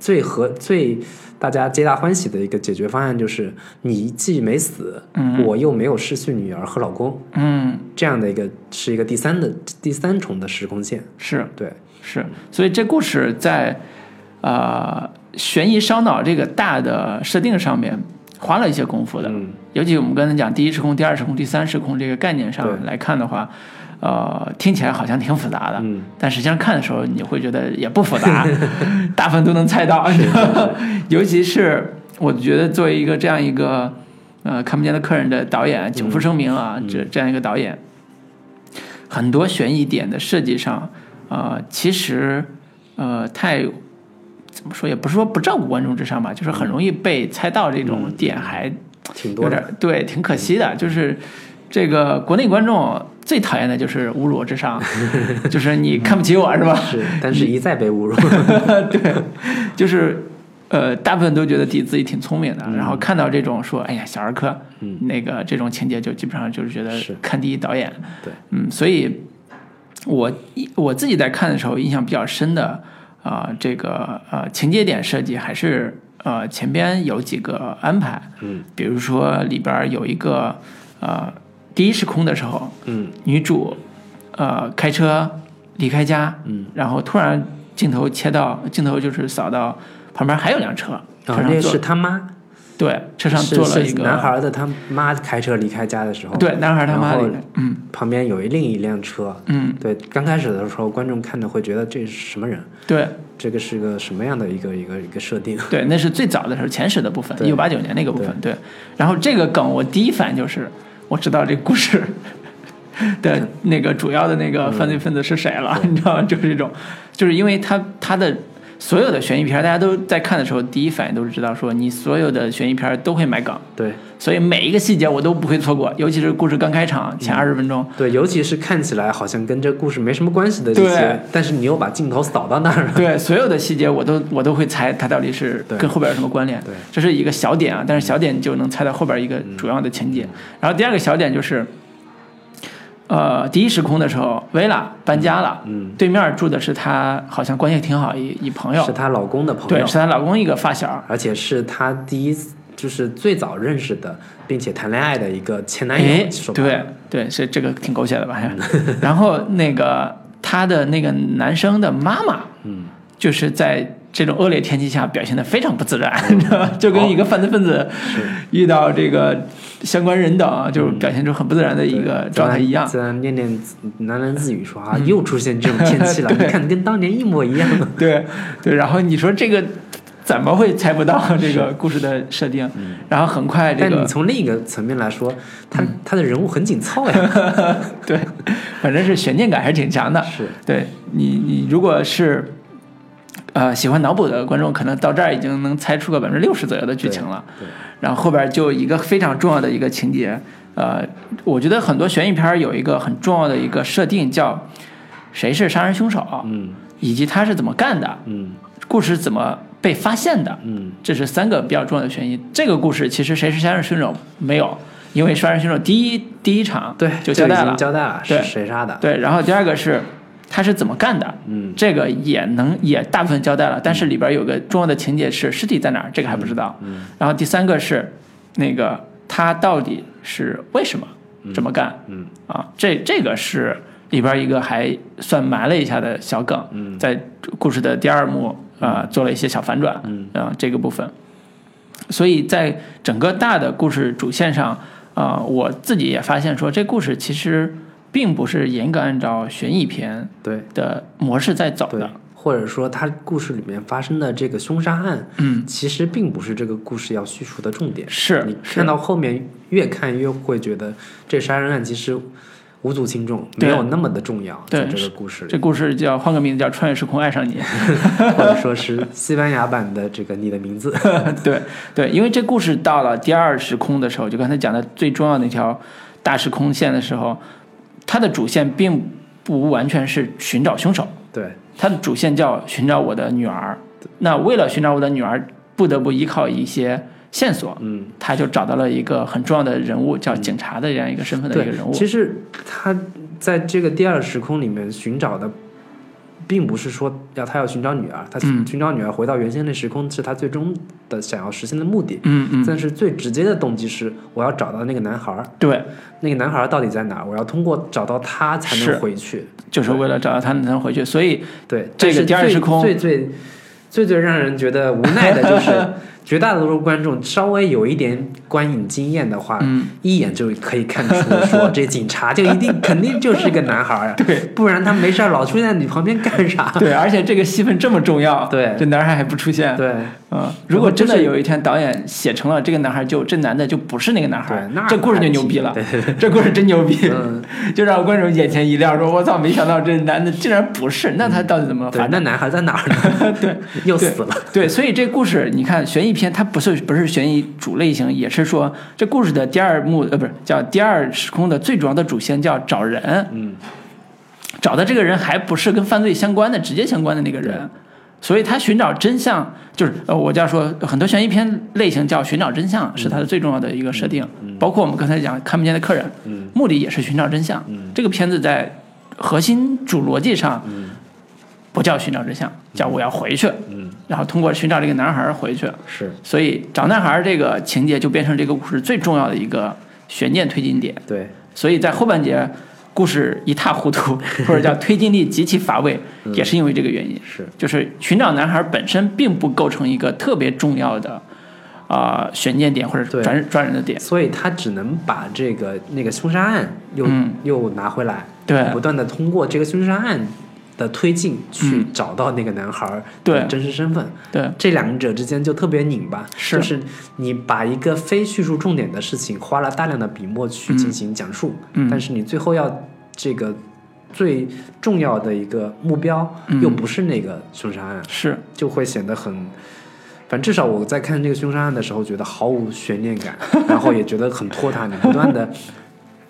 最合最大家皆大欢喜的一个解决方案就是，你既没死，嗯我又没有失去女儿和老公，嗯，这样的一个是一个第三的第三重的时空线，是对，是，所以这故事在呃悬疑烧脑这个大的设定上面花了一些功夫的，嗯，尤其我们刚才讲第一时空、第二时空、第三时空这个概念上对来看的话，呃，听起来好像挺复杂的，嗯但实际上看的时候你会觉得也不复 [LAUGHS] 杂，大部分都能猜到。 [LAUGHS] 尤其是我觉得作为一个这样一个呃看不见的客人的导演，嗯久负盛名啊，这这样一个导演，很多悬疑点的设计上，呃，其实呃太。怎么说也不是说不照顾观众智商吧，就是很容易被猜到这种点，还挺有嗯多点的，儿对，挺可惜的。就是这个国内观众最讨厌的就是侮辱我智 [LAUGHS] 商，就是你看不起我是吧？ [LAUGHS] 是，但是一再被侮辱，啊对，就是呃，大部分都觉得自己自己挺聪明的，然后看到这种说哎呀小儿科，嗯那个这种情节就基本上就是觉得是看第一导演，对，嗯，所以我一我自己在看的时候印象比较深的啊、呃这个呃情节点设计还是呃前边有几个安排，嗯比如说里边儿有一个呃第一时空的时候，嗯女主呃开车离开家，嗯，然后突然镜头切到镜头就是扫到旁边还有辆车，车啊，上那坐、是他妈，对车上是坐了是一个男孩的他妈开车离开家的时候，对男孩他妈哦然后离开嗯旁边有一另一辆车，嗯对，刚开始的时候观众看的会觉得这是什么人，对这个是个什么样的一个一个一个设定？ [LAUGHS] 对，那是最早的时候前史的部分，一对九八九年那个部分对。然后这个梗我第一反应就是我知道这故 [LAUGHS] 事的那个主要的那嗯个犯罪分子是谁了，你知道吗？就是这种，就是因为他他的。所有的悬疑片儿，大家都在看的时候，第一反应都是知道说，你所有的悬疑片儿都会埋梗，对所以每一个细节我都不会错过，尤其是故事刚开场前二十分钟。对，尤其是看起来好像跟这故事没什么关系的这对些，但是你又把镜头扫到那儿 [LAUGHS] 了，对所有的细节，我都我都会猜它到底是对跟后边有什么关联对。嗯这是一个小点啊，但是小点就能猜到后边一个主要的情节。然后第二个小点就是，呃，第一时空的时候，薇拉搬家了，嗯，对面住的是她好像关系挺好一一朋友是，她老公的朋对，友是，她老公一个发小。而且是她第一次就是最早认识的，并且谈恋爱的一个前男哎友，说，白了对对，是这个挺狗血的吧？ [LAUGHS] 然后那个她的那个男生的妈妈，嗯，就是在这种恶劣天气下表现得非常不自然，你知道吗？嗯就跟一个犯罪分子 [LAUGHS] 遇到这个相关人等啊，就嗯表现出很不自然的一个状态一样。嗯自然念念自喃喃自语说啊，又出现这种天 [LAUGHS] 气了，你对看跟当年一模一样。 [LAUGHS] 对对，然后你说这个怎么会猜不到这个故事的设定？然后很快这嗯但你个嗯从另一个层面来说，他他的人物很紧凑呀，对，反正是悬念 [LAUGHS] 感还是挺强的。是对你，你如果是呃喜欢脑补的观众，可能到这儿已经能猜出个百分之六十左右的剧情了。对对然后后边就一个非常重要的一个情节，呃，我觉得很多悬疑片儿有一个很重要的一个设定叫谁是杀人凶手，嗯以及他是怎么干的，嗯故事怎么被发现的。嗯，这是三个比较重要的悬疑。这个故事其实谁是杀人凶手没有，因为杀人凶手第一第一场对，就交就已代经了，交代了对是谁杀的，对，然后第二个是他是怎么干的，嗯这个也能也大部分交代了，但是里边有个重要的情节是尸体在哪儿，这个还不知道。嗯然后第三个是那个他到底是为什么这么干？嗯啊，这这个是里边一个还算埋了一下的小梗，嗯在故事的第二幕啊、呃做了一些小反转，嗯啊、这个部分，所以在整个大的故事主线上啊、我自己也发现说，这故事其实并不是严格按照悬疑片对的模式在走对的，，或者说他故事里面发生的这个凶杀案，嗯，其实并不是这个故事要叙述的重点，是你是看到后面越看越会觉得这杀人案其实无足轻重，对没有那么的重要，对在这是个故事这里，故事叫换个名字叫《穿越时空爱上 [LAUGHS] 你》，或者说是西班牙版的这个《你的 [LAUGHS] 名字》，对对，因为这故事到了第二时空的时候，就刚才讲的最重要的那条大时空线的时候，它的主线并不完全是寻找凶手，对它的主线叫寻找我的女儿。那为了寻找我的女儿，不得不依靠一些线索，嗯，他就找到了一个很重要的人物，叫警察的这样一个身份的一对个人物。其实他在这个第二时空里面寻找的，并不是说要他要寻找女儿，他嗯寻找女儿回到原先的时空是他最终的想要实现的目的。嗯嗯，但是最直接的动机是，我要找到那个男孩儿，对，那个男孩儿到底在哪儿？我要通过找到他才是能回去。就是为了找到他才能回去，所 [LAUGHS] 以对，这个但是第二时最空最最最最让人觉得无奈的就是， [LAUGHS] 绝大多数观众稍微有一点观影经验的话，嗯一眼就可以看出说这警察就一定肯定就是个男孩儿 [LAUGHS] 啊，对不然他没事儿老出现在你旁边干啥？ [LAUGHS] 对，而且这个戏份这么重要，对这男孩还不出现，对嗯，如果真就的是有一天导演写成了这个男孩就这男的就不是那个男孩对，那这故事就牛逼了， [LAUGHS] 这故事真牛逼， [LAUGHS] 嗯，就让观众眼前一亮，说我操，没想到这男的竟然不是，那他嗯到底怎么对发，那展？男孩在哪儿呢？ [LAUGHS] 对， [LAUGHS] 又死了。 [LAUGHS] 对，所以这故事你看，悬疑片它不是不是悬疑主类型，也是说这故事的第二幕呃不是叫第二时空的最主要的主线叫找人，嗯，找的这个人还不是跟犯罪相关的直接相关的那个人，所以他寻找真相就是呃我叫说很多悬疑片类型叫寻找真相是它的最重要的一个设定，包括我们刚才讲看不见的客人，嗯目的也是寻找真相。这个片子在核心主逻辑上嗯不叫寻找真相，叫我要回去。嗯，然后通过寻找这个男孩儿回去，是所以找男孩儿这个情节就变成这个故事最重要的一个悬念推进点。对，所以在后半截，故事一塌糊涂， [LAUGHS] 或者叫推进力极其乏味，也是因为这个原因。是就是《寻找男孩》本身并不构成一个特别重要的啊、呃悬念点或者对转转人的点。所以他只能把这个那个凶杀案又、嗯又拿回来，对不断的通过这个凶杀案的推进去嗯找到那个男孩儿对的真实身份。对，这两者之间就特别拧巴，是就是你把一个非叙述重点的事情花了大量的笔墨去进行讲述，嗯但是你最后要这个最重要的一个目标、嗯又不是那个凶杀案，是就会显得很。反正至少我在看这个凶杀案的时候，觉得毫无悬念感， [LAUGHS] 然后也觉得很拖沓。你不断的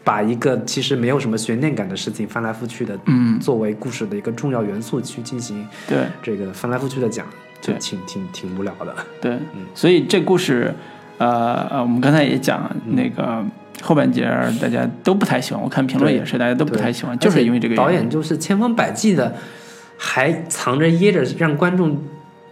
把一个其实没有什么悬念感的事情翻来覆去的，嗯作为故事的一个重要元素去进行对这个翻来覆去的讲，就对挺挺挺无聊的。对，嗯所以这故事，呃呃，我们刚才也讲那个后半截儿大家都不太喜欢，我看评论对也是大家都不太喜欢，就而是且因为这个导原因。演就是千方百计的，还藏着掖着，让观众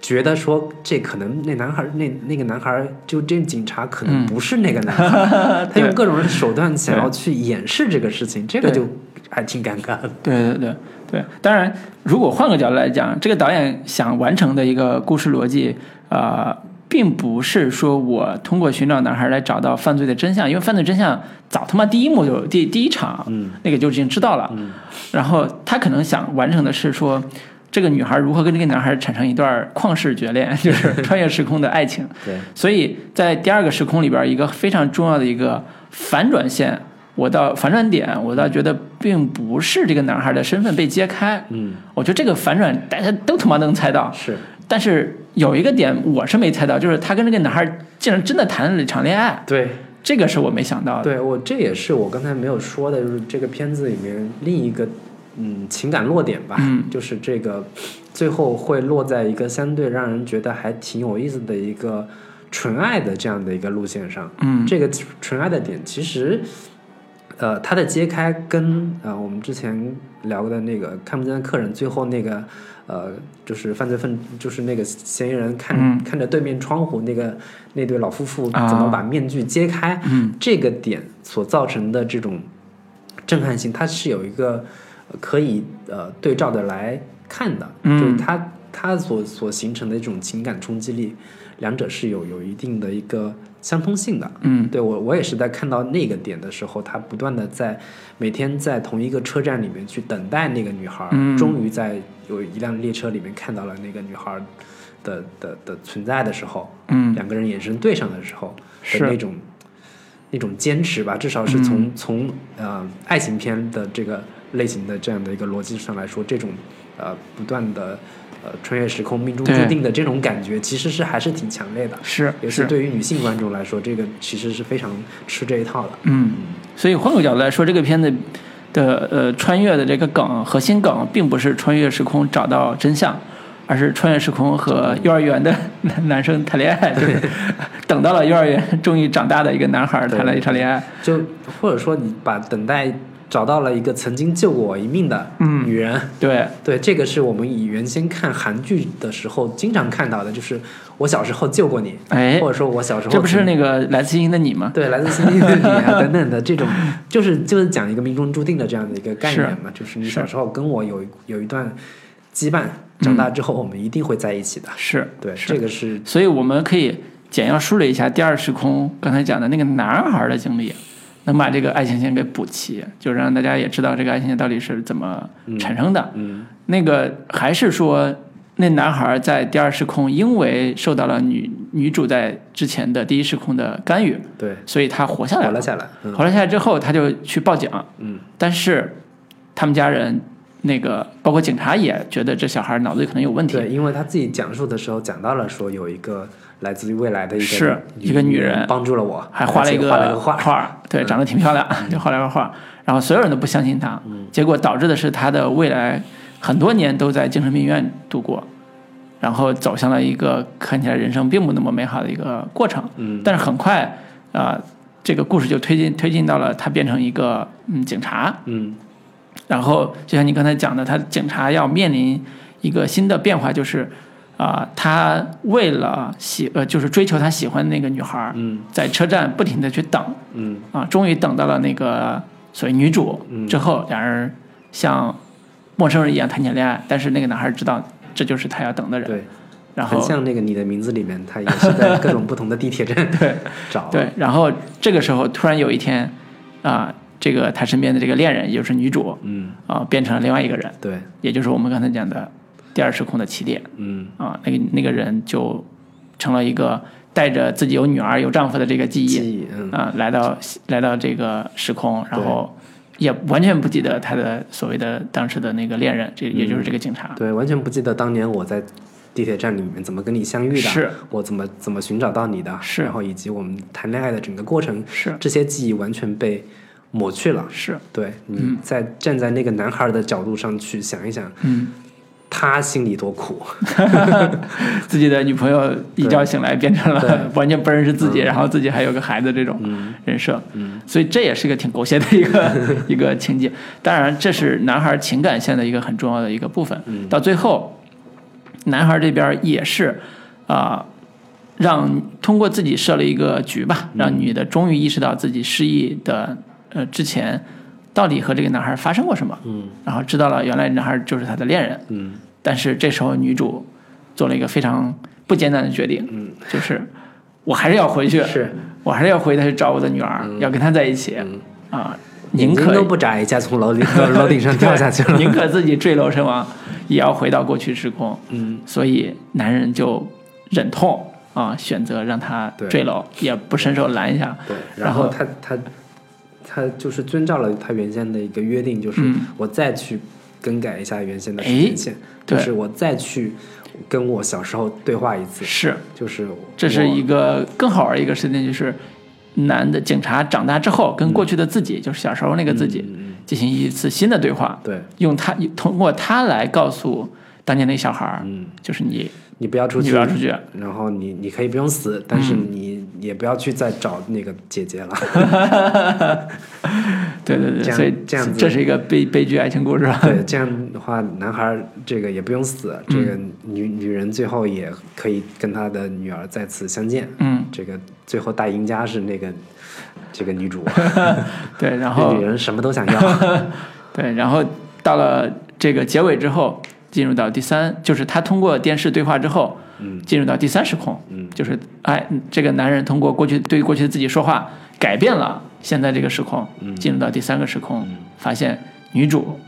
觉得说这可能那男孩儿那那个男孩儿就这警察可能嗯不是那个男 [LAUGHS] 孩儿，他用对各种手段想要去掩饰这个事情，这个对就还挺尴尬的。对对对对，当然，如果换个角度来讲，这个导演想完成的一个故事逻辑，呃，并不是说我通过寻找男孩来找到犯罪的真相，因为犯罪真相早他妈第一幕就第第一场，嗯，那个就已经知道了。嗯然后他可能想完成的是说，这个女孩如何跟这个男孩产生一段旷世绝恋，就是穿越时空的爱情。对，所以在第二个时空里边，一个非常重要的一个反转线，我到反转点，我倒觉得并不是这个男孩的身份被揭开。嗯，我觉得这个反转大家都他妈能猜到，是但是有一个点我是没猜到，就是他跟这个男孩竟然真的谈了一场恋爱，对，这个是我没想到的。对我这也是我刚才没有说的，就是这个片子里面另一个嗯情感落点吧，嗯就是这个最后会落在一个相对让人觉得还挺有意思的一个纯爱的这样的一个路线上。嗯，这个纯爱的点其实。呃，它的揭开跟呃我们之前聊过的那个看不见的客人，最后那个呃就是犯罪分就是那个嫌疑人看、嗯看着对面窗户那个那对老夫妇啊怎么把面具揭开，嗯这个点所造成的这种震撼性，它是有一个呃可以呃对照的来看的，嗯就是它它所所形成的一种情感冲击力，两者是有有一定的一个相通性的。嗯对我我也是在看到那个点的时候，他不断的在每天在同一个车站里面去等待那个女孩儿，嗯终于在有一辆列车里面看到了那个女孩儿的的的存在的时候，嗯两个人眼神对上的时候是嗯的那种那种坚持吧，至少是从、从呃爱情片的这个类型的这样的一个逻辑上来说，这种呃不断的呃穿越时空命中注对定的这种感觉，其实是还是挺强烈的。是尤其是对于女性观众来说，这个其实是非常吃这一套的。嗯，所以换个角度来说，这个片子的呃穿越的这个梗，核心梗并不是穿越时空找到真相，而是穿越时空和幼儿园的男男生谈恋爱，就是等到了幼儿园终于长大的一个男孩谈了一场恋爱。就或者说你把等待找到了一个曾经救过我一命的嗯女人，对，对，这个是我们以原先看韩剧的时候经常看到的，就是我小时候救过你，哎或，者说我小时候这不是曾那个来自星星的你吗？对来自星星的你啊等等的这种， [LAUGHS] 就是就是讲一个命中注定的这样的一个概念嘛，就是你是小时候跟我有有一段羁绊，长大之后我们一定会在一起的。是，对，嗯是这个是所以我们可以简要梳理一下第二时空刚才讲的那个男孩的经历，能把这个爱情线给补齐，就让大家也知道这个爱情线到底是怎么产生的。嗯那个还是说，那男孩在第二时空因为受到了女女主在之前的第一时空的干预，对所以他活下来活了了。下来，嗯活了下来之后，他就去报警，嗯，但是他们家人。那个包括警察也觉得这小孩脑子里可能有问题，对，因为他自己讲述的时候讲到了说有一个来自于未来的一个是一个女人帮助了我，还画了一而且个画了个画，嗯画儿对，长得挺漂亮，就画了个画儿。然后所有人都不相信他，嗯结果导致的是他的未来很多年都在精神病院度过，然后走向了一个看起来人生并不那么美好的一个过程。嗯，但是很快，啊、这个故事就推进推进到了他变成一个嗯警察，嗯然后就像你刚才讲的，他警察要面临一个新的变化，就是啊、他为了喜呃就是追求他喜欢的那个女孩儿，嗯在车站不停的去等，嗯啊，终于等到了那个所以女主之后，两人像陌生人一样谈起恋爱，但是那个男孩知道这就是他要等的人，对，然后很像那个你的名字里面，他也是在各种不同的地铁站 [LAUGHS] 对 [LAUGHS] 找，对，然后这个时候突然有一天，啊、这个他身边的这个恋人，也就是女主，嗯，啊、变成了另外一个人，对，也就是我们刚才讲的第二时空的起点嗯，啊、那个那个人就成了一个带着自己有女儿有丈夫的这个记忆记忆，嗯，啊、来到来到这个时空，然后也完全不记得他的所谓的当时的那个恋人，这也就是这个警察，对，完全不记得当年我在地铁站里面怎么跟你相遇的，是我怎么怎么寻找到你的，是然后以及我们谈恋爱的整个过程，是这些记忆完全被抹去了。是，对你在站在那个男孩的角度上去想一想，嗯，他心里多苦， [LAUGHS] 自己的女朋友一觉醒来变成了对嗯完全不认识自己，然后自己还有个孩子这种人设，所以这也是一个挺狗血的一 [LAUGHS] 个一个情节。当然，这是男孩情感线的一个很重要的一个部分。嗯到最后，男孩这边也是啊、让通过自己设了一个局吧，让嗯女的终于意识到自己失忆的呃之前到底和这个男孩发生过什么，嗯然后知道了原来男孩就是他的恋人。嗯但是这时候女主做了一个非常不简单的决定，嗯，就是我还是要回去， [LAUGHS] 是我还是要回去找我的女儿，要跟她在一起嗯啊，宁眼睛可都不眨一下 [LAUGHS] 从楼顶楼顶上掉下去了，宁可自己坠楼身亡，也要回到过去时空。嗯，所以男人就忍痛啊，选择让她对坠楼，也不伸手拦一下， [LAUGHS] 对，然然后后他他他就是遵照了他原先的一个约定，就是嗯我再去更改一下原先的时哎间线，就对是我再去跟我小时候对话一次，是就是这是我一个更好玩的一个事情，就是男的警察长大之后跟过去的自己，就是小时候那个自己，嗯进行一次新的对话，对，用他通过他来告诉当年那小孩儿，嗯，就是你，你不要出你去，不要出去，嗯然后你你可以不用死，但是你也不要去再找那个姐姐了。对对对，这样所以这样子这是一个悲悲剧爱情故事 [LAUGHS] 吧？对，这样的话，男孩儿这个也不用死，这个嗯女女人最后也可以跟她的女儿再次相见。嗯，这个最后大赢家是那个这个女主，对，然这后女人什么都想要。对，然后到了这个结尾之后，进入到第三，就是他通过电视对话之后，嗯进入到第三时空，嗯就是哎，这个男人通过过去对过去的自己说话，改变了现在这个时空，嗯进入到第三个时空，嗯发现女主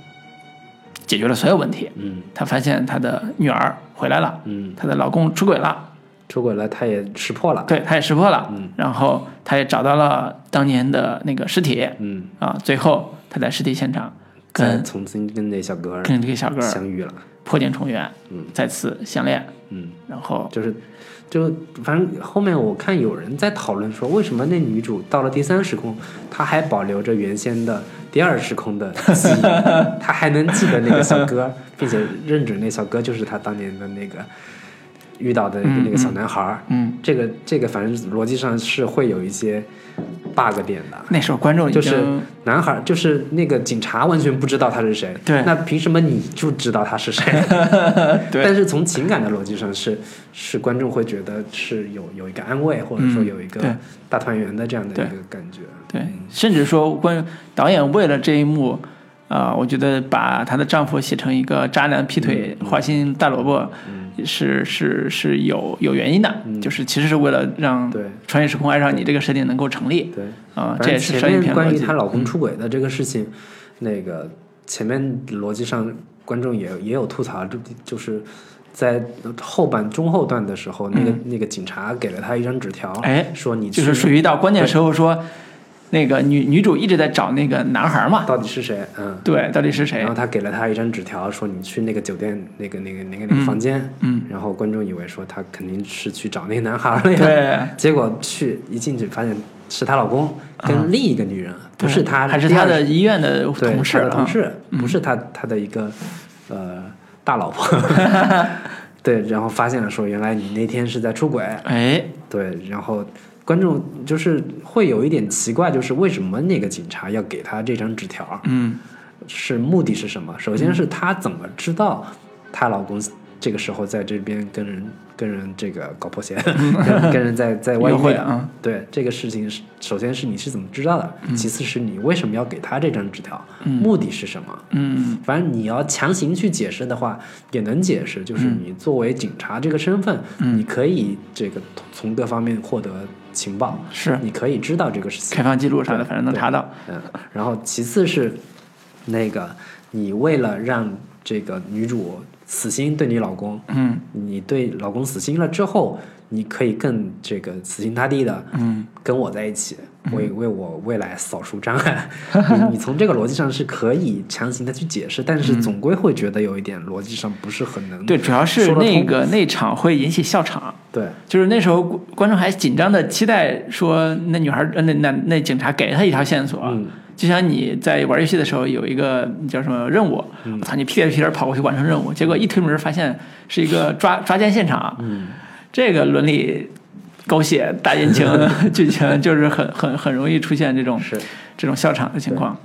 解决了所有问题，嗯她发现她的女儿回来了，嗯，她的老公出轨了，出轨了，她也识破了。对，她也识破了，嗯然后她也找到了当年的那个尸体，嗯，啊，最后她在尸体现场再跟重新跟那小哥儿跟这个小哥儿相遇了。破镜重圆，嗯再次相恋，嗯，然后就是。就反正后面我看有人在讨论说，为什么那女主到了第三时空，她还保留着原先的第二时空的记 [LAUGHS] 忆，她还能记得那个小哥，并且认准那小哥就是她当年的那个遇到的那个小男孩儿。嗯，这个这个反正逻辑上是会有一些 bug 点的。那时候观众已经、就是男孩儿就是那个警察完全不知道他是谁，对那凭什么你就知道他是谁？ [LAUGHS] 对但是从情感的逻辑上是是观众会觉得是有有一个安慰，或者说嗯有一对个大团圆的这样的对一个感觉。对，嗯甚至说关于导演为了这一幕，啊，我觉得把她的丈夫写成一个渣男、劈腿、嗯花心大萝卜，是是是有有原因的，嗯就是其实是为了让对穿越时空爱上你这个设定能够成立对，啊、反这正也是商前业面片关逻于辑嗯她。老公出轨的这个事情，那个前面逻辑上观众也也有吐槽，就就是。在后半中后段的时候，那个、那个警察给了他一张纸条，嗯哎说你就是去属于到关键时候说，那个女女主一直在找那个男孩嘛，到底是谁？嗯，对，到底是谁然后？他给了他一张纸条，说你去那个酒店那个那个那个那个房间。嗯，然后观众以为说他肯定是去找那个男孩儿了呀，对，嗯结果去一进去发现是她老公跟另一个女人，不是她，还是第她二的医院的对同事她的同啊，事，不是她她的一个呃大老 [LAUGHS] 婆。对，然后发现了说原来你那天是在出轨，哎，对，然后观众就是会有一点奇怪，就是为什么那个警察要给他这张纸条？嗯，是目的是什么？首先是她怎么知道她老公这个时候在这边跟人跟人这个 [LAUGHS] 搞破鞋，跟跟人在在外约会面啊，嗯对这个事情是，首先是你是怎么知道的，其次是你为什么要给他这张纸条，目的是什么？嗯反正你要强行去解释的话，也能解释，就是嗯你作为警察这个身份，你可以这个从各方面获得情报，是你可以知道这个事情开。放记录啥的，反正能查到。嗯，然后其次是那个你为了让这个女主死心对你老公，嗯你对老公死心了之后，你可以更这个死心塌地的，嗯，跟我在一起，为为我未来扫除障碍。 [LAUGHS] 你你从这个逻辑上是可以强行的去解释，但是总归会觉得有一点逻辑上不是很能嗯对，主要是说得通那个那场会引起笑场。对就是那时候观观众还紧张的期待说，那女孩儿呃那那那警察给她一条线索，嗯就像你在玩游戏的时候有一个叫什么任务，嗯我操、你屁颠屁颠跑过去完成任务，结果一推门发现是一个抓抓奸现场，嗯这个伦理狗血大言情 [LAUGHS] 剧情就是很很很容易出现这种是这种笑场的情况，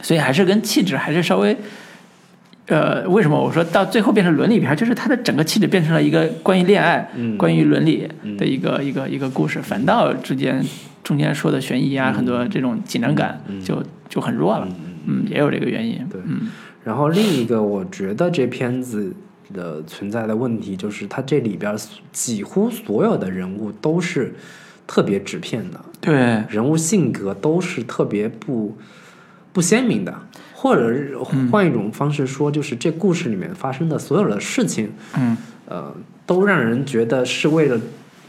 所以还是跟气质还是稍微。呃，为什么我说到最后变成伦理片儿？就是它的整个气质变成了一个关于恋爱、嗯关于伦理的一个、一个一个故事，反倒之间中间说的悬疑啊，很多这种紧张感就、就很弱了。嗯，也有这个原因。对嗯然后另一个，我觉得这片子的存在的问题就是，它这里边儿几乎所有的人物都是特别纸片的，对，人物性格都是特别不不鲜明的，或者是换一种方式说，就是这故事里面发生的所有的事情，嗯呃，都让人觉得是为了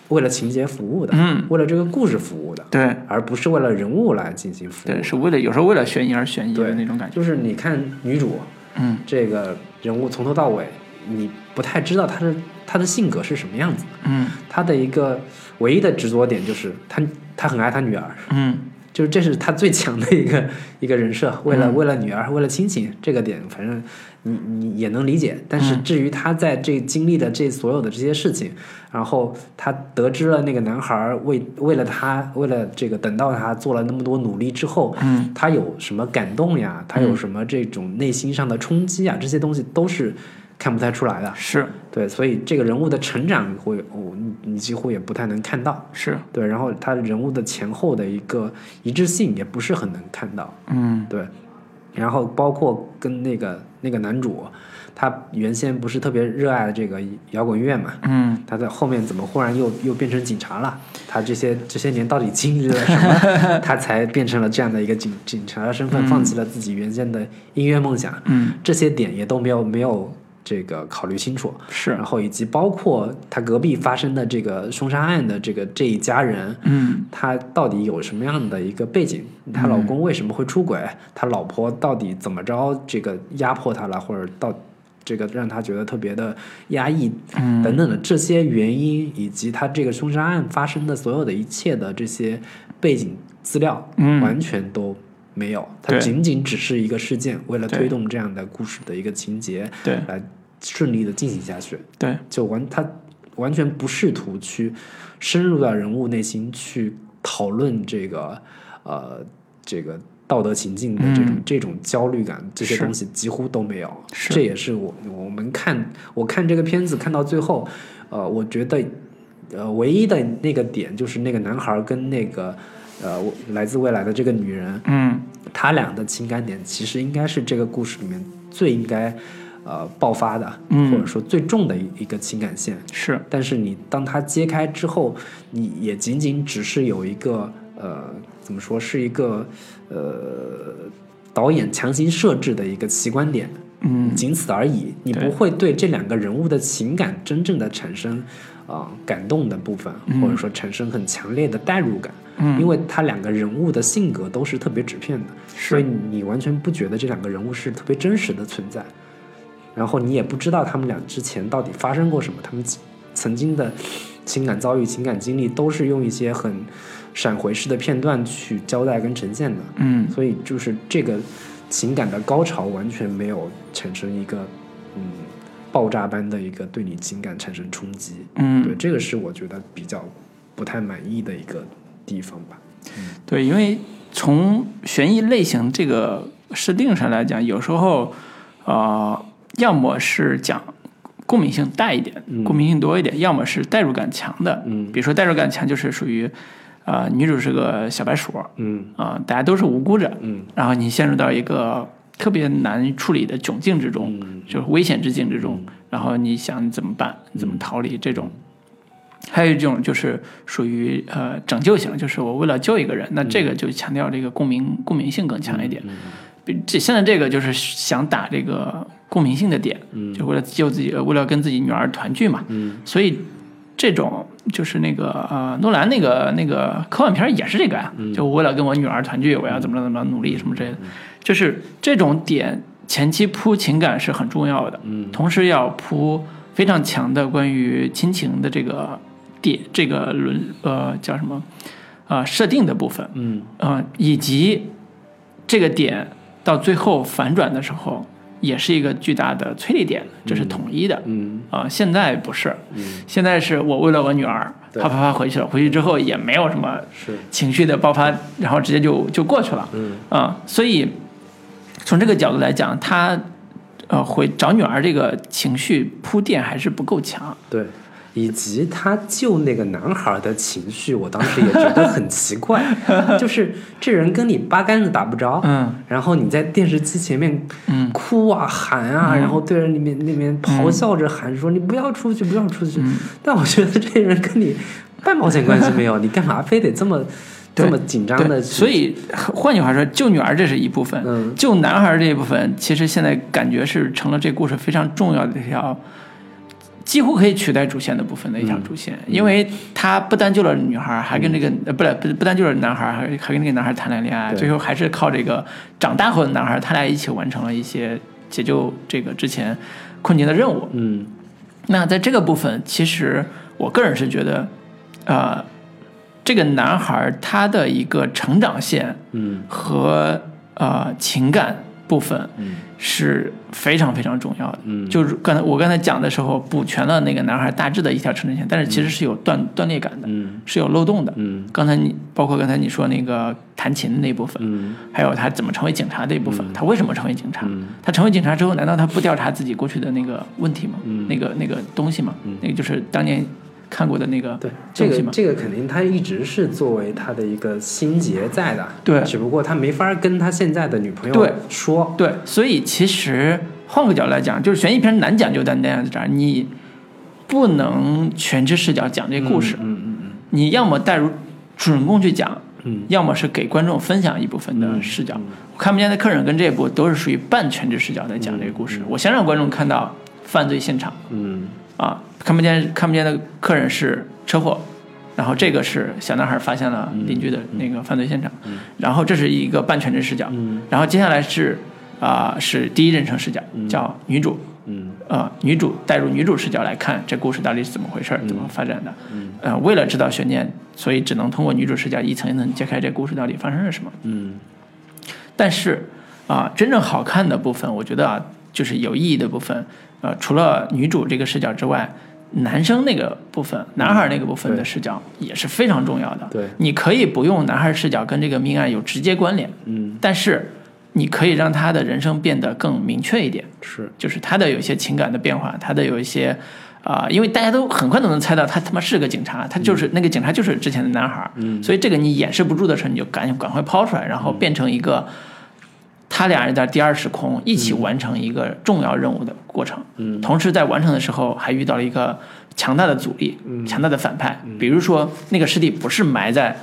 为了情节服务的，嗯为了这个故事服务的，对而不是为了人物来进行服务对，。是为了有时候为了悬疑而悬疑的对，那种感觉。就是你看女主，嗯这个人物从头到尾，你不太知道她的她的性格是什么样子。嗯她的一个唯一的执着点就是她她很爱她女儿，嗯就是这是她最强的一个 [LAUGHS] 一个人设。为了、为了女儿，为了亲情，这个点反正你你也能理解。但是至于她在这经历的这所有的这些事情，然后她得知了那个男孩儿为为了她为了这个等到她做了那么多努力之后，嗯，他有什么感动呀，他有什么这种内心上的冲击啊，这些东西都是看不太出来的。是对，所以这个人物的成长会，哦、你你几乎也不太能看到。是，对，然后他人物的前后的一个一致性也不是很能看到。嗯对，然后包括跟那个那个男主，他原先不是特别热爱这个摇滚乐嘛，嗯，他在后面怎么忽然又又变成警察了？他这些这些年到底经历了什么， [LAUGHS] 他才变成了这样的一个警警察的身份，放弃了自己原先的音乐梦想？嗯，这些点也都没有没有这个考虑清楚。是然，后以及包括他隔壁发生的这个凶杀案的这个这一家人，嗯她到底有什么样的一个背景？她老公为什么会出轨？她老婆到底怎么着？这个压迫她了，或者到这个让她觉得特别的压抑，嗯等等的这些原因，以及她这个凶杀案发生的所有的一切的这些背景资料，嗯完全都。没有，它对仅仅只是一个事件，为了对推动这样的故事的一个情节对来顺利的进行下去。对就完他完全不试图去深入到人物内心去讨论这个呃这个道德情境的这种、这种焦虑感，这些是东西几乎都没有。是这也是我我们看我看这个片子看到最后，呃，我觉得呃唯一的那个点就是那个男孩跟那个呃我来自未来的这个女人，嗯他俩的情感点其实应该是这个故事里面最应该呃爆发的，嗯或者说最重的一一个情感线。是，但是你当它揭开之后，你也仅仅只是有一个呃怎么说是一个呃导演强行设置的一个奇观点，嗯仅此而已。你对不会对这两个人物的情感真正的产生啊、呃感动的部分，或者说产生很强烈的代入感，嗯因为他两个人物的性格都是特别纸片的，所以你完全不觉得这两个人物是特别真实的存在，然后你也不知道他们俩之前到底发生过什么，他们曾经的情感遭遇、情感经历都是用一些很闪回式的片段去交代跟呈现的，嗯所以就是这个情感的高潮完全没有产生一个嗯爆炸般的一个对你情感产生冲击，对，嗯，这个是我觉得比较不太满意的一个地方吧。对，因为从悬疑类型这个设定上来讲，有时候啊、呃要么是讲共鸣性大一点，共鸣性多一点，要么是代入感强的，嗯比如说代入感强就是属于，呃，女主是个小白鼠，嗯啊、大家都是无辜者，嗯然后你陷入到一个特别难处理的窘境之中，嗯就是危险之境之中，然后你想怎么办，怎嗯么逃离这种。还有一种就是属于呃拯救型，就是我为了救一个人，那这嗯个就强调这个共鸣共鸣性更强一点。比这现在这个就是想打这个共鸣性的点，就为了救自己，呃为了跟自己女儿团聚嘛。嗯所以这种就是那个呃，诺兰那个那个科幻片儿也是这个呀、嗯就为了跟我女儿团聚，我要怎么着怎么着努力什么之类的，就是这种点前期铺情感是很重要的，嗯同时要铺非常强的关于亲情的这个点，这个轮呃叫什么啊、呃设定的部分，嗯呃，以及这个点到最后反转的时候。也是一个巨大的推力点，这是统一的。嗯啊、现在不是，嗯现在是我为了我女儿，对啪啪啪回去了，回去之后也没有什么是情绪的爆发，然后直接就就过去了，嗯啊、所以从这个角度来讲，他呃回找女儿这个情绪铺垫还是不够强，对。以及他救那个男孩的情绪，我当时也觉得很奇 [LAUGHS] 怪，就是这人跟你八竿子打不着，嗯然后你在电视机前面嗯哭啊喊啊，然后对着里面那边咆哮着喊嗯说、你不要出去，不要出去。但我觉得这人跟你半毛钱关系没有，你干嘛非得这么对这么紧张的对，？所以换句话说，救女儿这是一部分，嗯救男孩这一部分，其实现在感觉是成了这故事非常重要的一条，几乎可以取代主线的部分的一嗯条主线，因为他不单救了女孩，还跟这个、呃不对不不单救了男孩，还还跟那个男孩谈了恋爱，对最后还是靠这个长大后的男孩，他俩一起完成了一些解救这个之前困境的任务。嗯那在这个部分，其实我个人是觉得，呃，这个男孩他的一个成长线嗯和呃情感部分嗯是非常非常重要的。嗯就是刚才我刚才讲的时候，补全了那个男孩大致的一条成长线，但是其实是有断、断裂感的，嗯是有漏洞的。嗯刚才你包括刚才你说那个弹琴的那部分，嗯还有他怎么成为警察这一部分，他为什么成为警察？嗯他成为警察之后，难道他不调查自己过去的那个问题吗？嗯那个那个东西吗？嗯那个就是当年看过的那个对，这东西个吗？这个肯定他一直是作为他的一个心结在的，对只不过他没法跟他现在的女朋对友说，对，所以其实换个角度来讲，就是悬疑片难讲就在那样子这儿，你不能全知视角讲这故事，嗯嗯嗯你要么带入主人公去讲，嗯要么是给观众分享一部分的视角。我看不见的客人跟这一部都是属于半全知视角在讲这个故事，我先让观众看到犯罪现场。嗯啊，看不见看不见的客人是车祸，然后这个是小男孩发现了邻居的那个犯罪现场，然后这是一个半全真视角，嗯然后接下来是啊、是第一人称视角，叫女主。嗯呃，女主带入女主视角来看这故事到底是怎么回事儿，怎么发展的。嗯呃，为了制造悬念，所以只能通过女主视角一层一层揭开这故事到底发生了什么。嗯但是啊、真正好看的部分，我觉得啊，就是有意义的部分，呃，除了女主这个视角之外，男生那个部分，男孩那个部分的对视角也是非常重要的。对你可以不用男孩视角跟这个命案有直接关联，嗯但是你可以让他的人生变得更明确一点。是就是他的有一些情感的变化，他的有一些啊、因为大家都很快都能猜到他他妈是个警察，他就是、那个警察就是之前的男孩，嗯，所以这个你掩饰不住的时候，你就赶赶快抛出来，然后变成一个。他俩人在第二时空一起完成一个重要任务的过程，嗯，同时在完成的时候还遇到了一个强大的阻力，嗯、强大的反派，比如说那个尸体不是埋在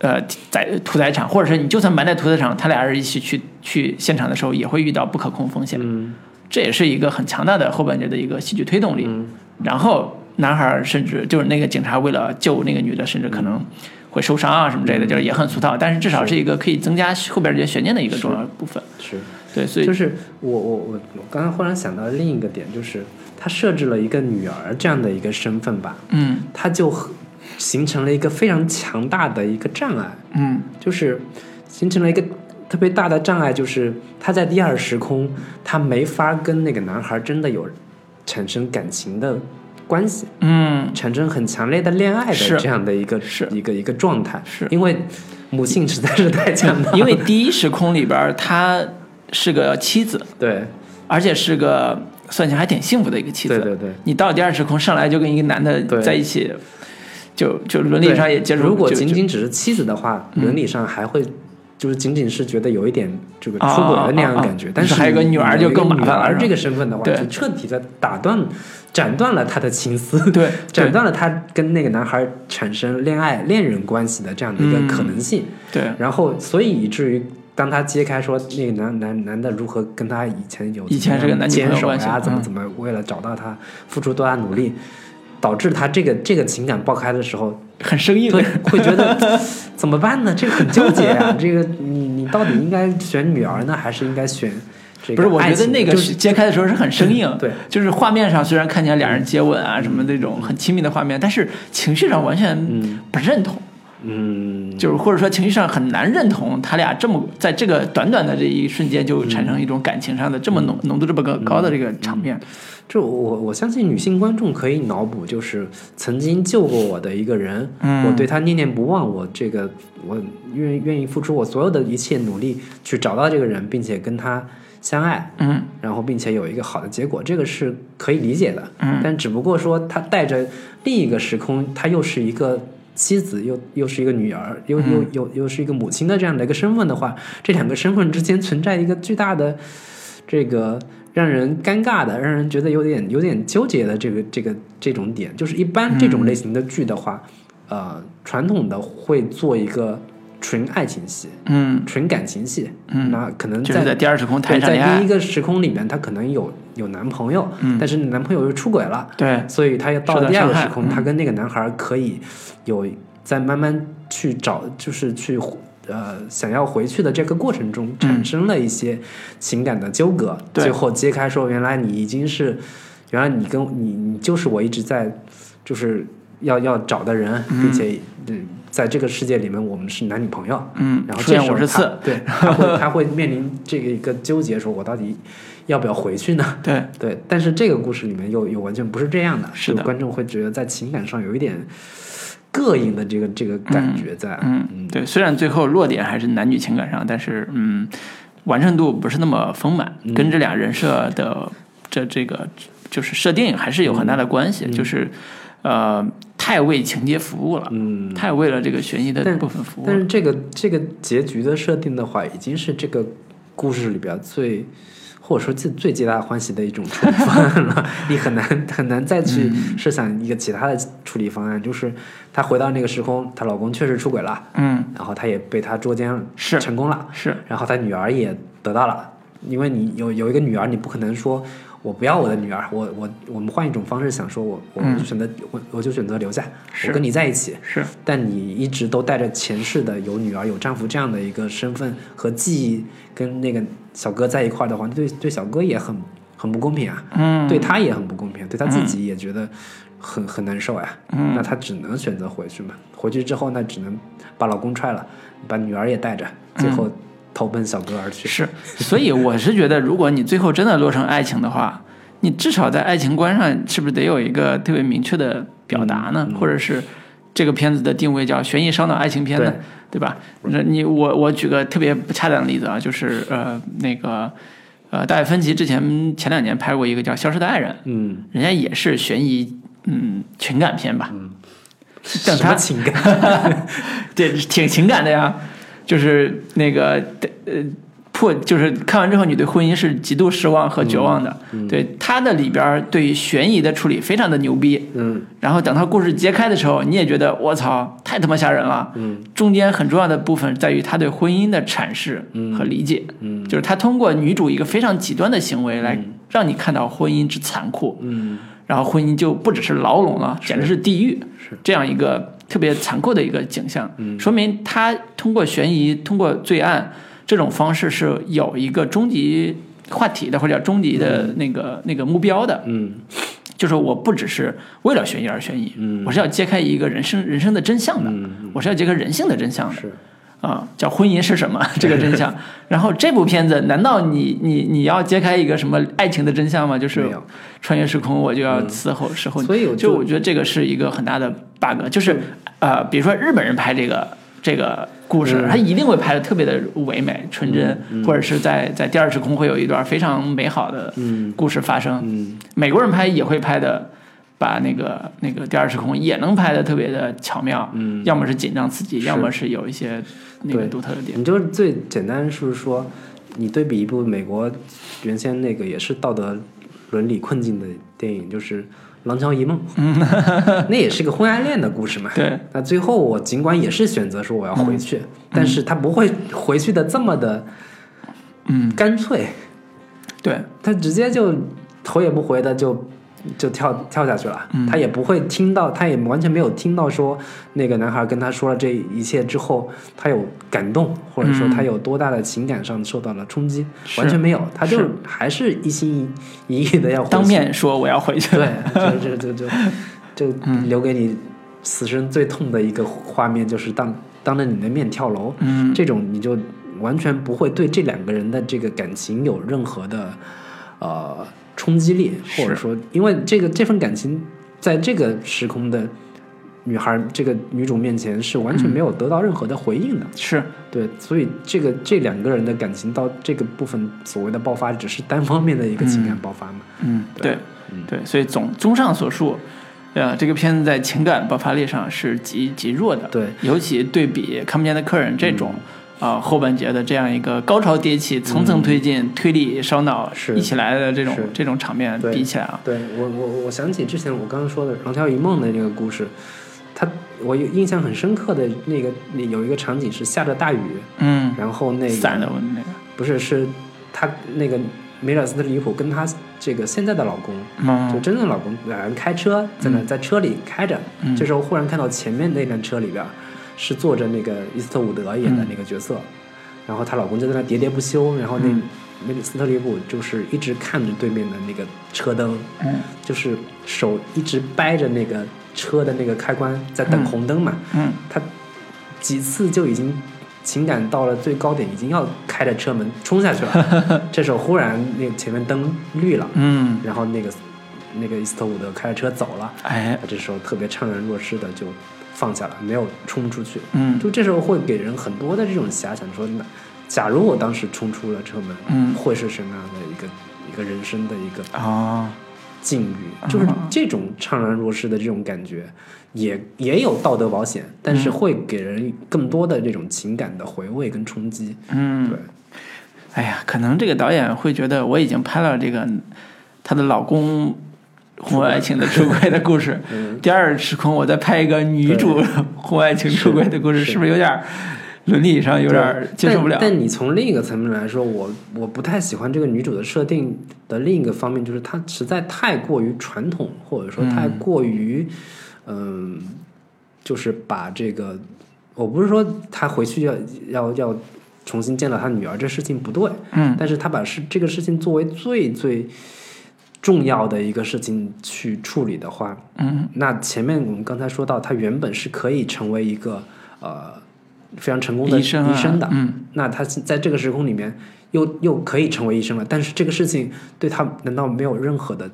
呃在屠宰场，或者是你就算埋在屠宰场，他俩人一起去去现场的时候，也会遇到不可控风险。嗯这也是一个很强大的后半截的一个戏剧推动力。嗯然后男孩儿甚至就是那个警察为了救那个女的，甚至可嗯能会受伤啊什么之类的，就是也很粗糙，但是至少是一个可以增加后边这些悬念的一个重要部分。是。对，所以就是我我我我刚刚忽然想到另一个点，就是他设置了一个女儿这样的一个身份吧，嗯他就很形成了一个非常强大的一个障碍，嗯就是形成了一个特别大的障碍，就是他在第二时空，他没法跟那个男孩真的有产生感情的关系，嗯，产生很强烈的恋爱的是这样的一个是一个一个状态，是因为母性实在是太强大了， [LAUGHS] 因为第一时空里边儿她是个妻子，对而且是个算起来还挺幸福的一个妻子。对对对你到了第二时空上来就跟一个男的对在一起，就就伦理上也接受。如果就就嗯仅仅只是妻子的话，伦理上还会就是仅仅是觉得有一点这个出啊轨了那样啊的啊感觉，啊但是还有个你女儿有就一个更麻女烦了儿是这吧个身份的话，对就彻底的打断、斩断了他的情丝， [LAUGHS] 对斩断了他跟那个男孩产生恋爱、恋人关系的这样的一个可能性。对然后，所以以至于当他揭开说那个男男男的如何跟他以前有以前是个男女坚朋友守啊关系呀，怎么嗯怎么为了找到他付出多大努力，导致他这个这个情感爆开的时候，很生硬，对，会觉得怎么办呢？这个很纠结啊！这个你你到底应该选女儿呢，还是应该选这 [LAUGHS] 不个是，我爱觉得情呢那个就是揭开的时候是很生硬，对，就是画面上虽然看起来俩人接吻啊什么那种很亲密的画面，但是情绪上完全不认同，嗯，就是或者说情绪上很难认同他俩这么在这个短短的这一瞬间嗯就产生一种感情上的这么浓浓度这么个高的这个场面，就我我相信女性观众可以脑补，就是曾经救过我的一个人，嗯我对他念念不忘，我这个我愿愿意付出我所有的一切努力去找到这个人，并且跟他相爱，嗯然后并且有一个好的结果，这个是可以理解的。嗯但只不过说他带着另一个时空，他又是一个妻子，又又是一个女儿，又嗯又又又是一个母亲的这样的一个身份的话，这两个身份之间存在一个巨大的这个让人尴尬的、让人觉得有点有点纠结的这个这个这种点，就是一般这种类型的剧的话，呃，传统的会做一个纯爱情戏、嗯，纯感情戏，嗯那可能就是在在第二时空对，谈上恋在第一爱，嗯个时空里面，她可能有有男朋友，但是男朋友又出轨了，对，所以她又到受了到第二个伤害时空，她跟那个男孩可以有在慢慢去找，就是去呃想要回去的这个过程中，产生了一些情感的纠葛，对最后揭开说，原来你已经是，原来你跟你你就是我一直在就是要要找的人，并且嗯，在这个世界里面我们是男女朋友，嗯，然后出这现时五候十他次，，对，他会他会面临这个一个纠结，说我到底要不要回去呢？对，对，但是这个故事里面又又完全不是这样的，是的就观众会觉得在情感上有一点膈应的这个这个感觉在，嗯，对，虽然最后落点还是男女情感上，但是嗯，完成度不是那么丰满，嗯跟这俩人设的这这个就是设定还是有很大嗯的关系，就是呃太为情节服务了，嗯太为了这个悬疑的但部分服务但了。是这个这个结局的设定的话，已经是这个故事里边最或者说最最皆大欢喜的一种处理方案了。 [LAUGHS] 你很难很难再去嗯设想一个其他的处理方案，就是她回到那个时空，她老公确实出轨了，嗯，然后她也被他捉奸了，是成功了，是，然后她女儿也得到了，因为你有有一个女儿，你不可能说。我不要我的女儿，我我我们换一种方式想说我，我嗯就选择、我我就选择留下，是我跟你在一起，是，但你一直都带着前世的有女儿、有丈夫这样的一个身份和记忆，跟那个小哥在一块儿的话，对对小哥也很很不公平啊，嗯，对他也很不公平，对他自己也觉得很很难受呀、嗯那他只能选择回去嘛，回去之后那只能把老公踹了，把女儿也带着，最后投奔小哥而去。嗯是，所以我是觉得，如果你最后真的落成爱情的话，你至少在爱情观上是不是得有一个特别明确的表达嗯呢？或者是这个片子的定位叫悬疑烧脑爱情片呢？对吧？那你我我举个特别不恰当的例子啊，就是呃那个呃大卫芬奇之前前两年拍过一个叫《消失的爱人》，嗯，人家也是悬疑嗯情感片吧？但嗯什么他情感？对，挺情感的呀，就是那个呃破，就是看完之后你对婚姻是极度失望和绝嗯望的。对他的里边儿对于悬疑的处理非常的牛逼，嗯然后等他故事揭开的时候，你也觉得我操，太他妈吓人了。嗯中间很重要的部分在于他对婚姻的阐释和理解，嗯就是他通过女主一个非常极端的行为来让你看到婚姻之残酷。嗯，然后婚姻就不只是牢笼了，简直是地狱，是这样一个特别残酷的一个景象，嗯说明他通过悬疑、通过罪案这种方式是有一个终极话题的，或者叫终极的那个、那个目标的，嗯就是我不只是为了悬疑而悬疑，嗯我是要揭开一个人生人生的真相的，嗯，我是要揭开人性的真相的，是啊，叫婚姻是什么 [LAUGHS] 这个真相。然后这部片子，难道你你你要揭开一个什么爱情的真相吗？就是没有穿越时空，我就要伺候伺候你。嗯所以我就就嗯我觉得这个是一个很大的 bug，就是呃，比如说日本人拍这个这个故事，嗯他一定会拍的特别的唯美、纯真，或者是在在第二时空会有一段非常美好的故事发生。嗯美国人拍也会拍的，把那个那个第二时空也能拍的特别的巧妙，嗯，要么是紧张刺激，是要么是有一些那个对嗯独特的点。你就是最简单是说，你对比一部美国原先那个也是道德伦理困境的电影，就是《廊桥遗梦》， [LAUGHS] 那也是个婚外恋的故事嘛。嗯对，那最后我尽管也是选择说我要回去，但是他不会回去的这么的嗯，干脆，对，他直接就头也不回的就就跳跳下去了，嗯他也不会听到，他也完全没有听到说那个男孩跟他说了这一切之后，他有感动，或者说嗯他有多大的情感上受到了冲击，是完全没有，他就是还是一心一意的要回去当面说我要 [LAUGHS] 回去。对，就就就就就嗯留给你此生最痛的一个画面，就是当当着你的面跳楼，嗯，这种你就完全不会对这两个人的这个感情有任何的呃冲击力，是或者说，因为这个这份感情在这个时空的女孩这个女主面前是完嗯全没有得到任何的回应的，是对，所以这个这两个人的感情到这个部分所谓的爆发，只是单方面的一个情感爆发嘛，嗯，对对，对，所以总综上所述，呃，这个片子在情感爆发力上是极极弱的，对，嗯尤其对比《看不见的客人》这种。啊，后半截的这样一个高潮迭起、层层推进、推理烧脑是一起来的这种是这种场面对比起来啊，对我我我想起之前我刚刚说的《廊桥遗梦》的那个故事，他我有印象很深刻的那个那有一个场景是下着大雨，嗯，然后那个散的那个，不是是她那个梅尔斯特里普跟她这个现在的老公，就嗯，真正的老公两人开车在那在车里开着，嗯这时候忽然看到前面那辆车里边是坐着那个伊斯特伍德嗯演的那个角色，然后她老公就在那喋喋不休，然后那嗯梅里斯特里普就是一直看着对面的那个车灯，嗯就是手一直掰着那个车的那个开关，在等红灯嘛。嗯，他几次就已经情感到了最高点，已经要开着车门冲下去了。 [LAUGHS] 这时候忽然那个前面灯绿了，嗯，然后那个那个伊斯特伍德开着车走了，哎他，这时候特别怅然若失的就放下了，没有冲出去。嗯就这时候会给人很多的这种遐想，说那假如我当时冲出了车门，嗯会是什么样的一个一个人生的一个啊，境遇，嗯就是这种怅然若失的这种感觉，也也有道德保险，但嗯是会给人更多的这种情感的回味跟冲击。嗯对，，哎呀，可能这个导演会觉得我已经拍了这个她的老公婚外情的出轨的故 [LAUGHS] 事，嗯第二时空我再拍一个女主婚外情出轨的故事，是是不是有点儿伦理上有点儿接受不了？但。但你从另一个层面来说，我我不太喜欢这个女主的设定的另一个方面，就是她实在太过于传统，或者说太过于，嗯、就是把这个，我不是说她回去要要要重新见到她女儿这事情不对，嗯，但是她把事这个事情作为最最重要的一个事情去处理的话，嗯，那前面我们刚才说到，她原本是可以成为一个呃非常成功的医生啊，的，嗯，那他在这个时空里面又又可以成为医生了，但是这个事情对他难道没有任何的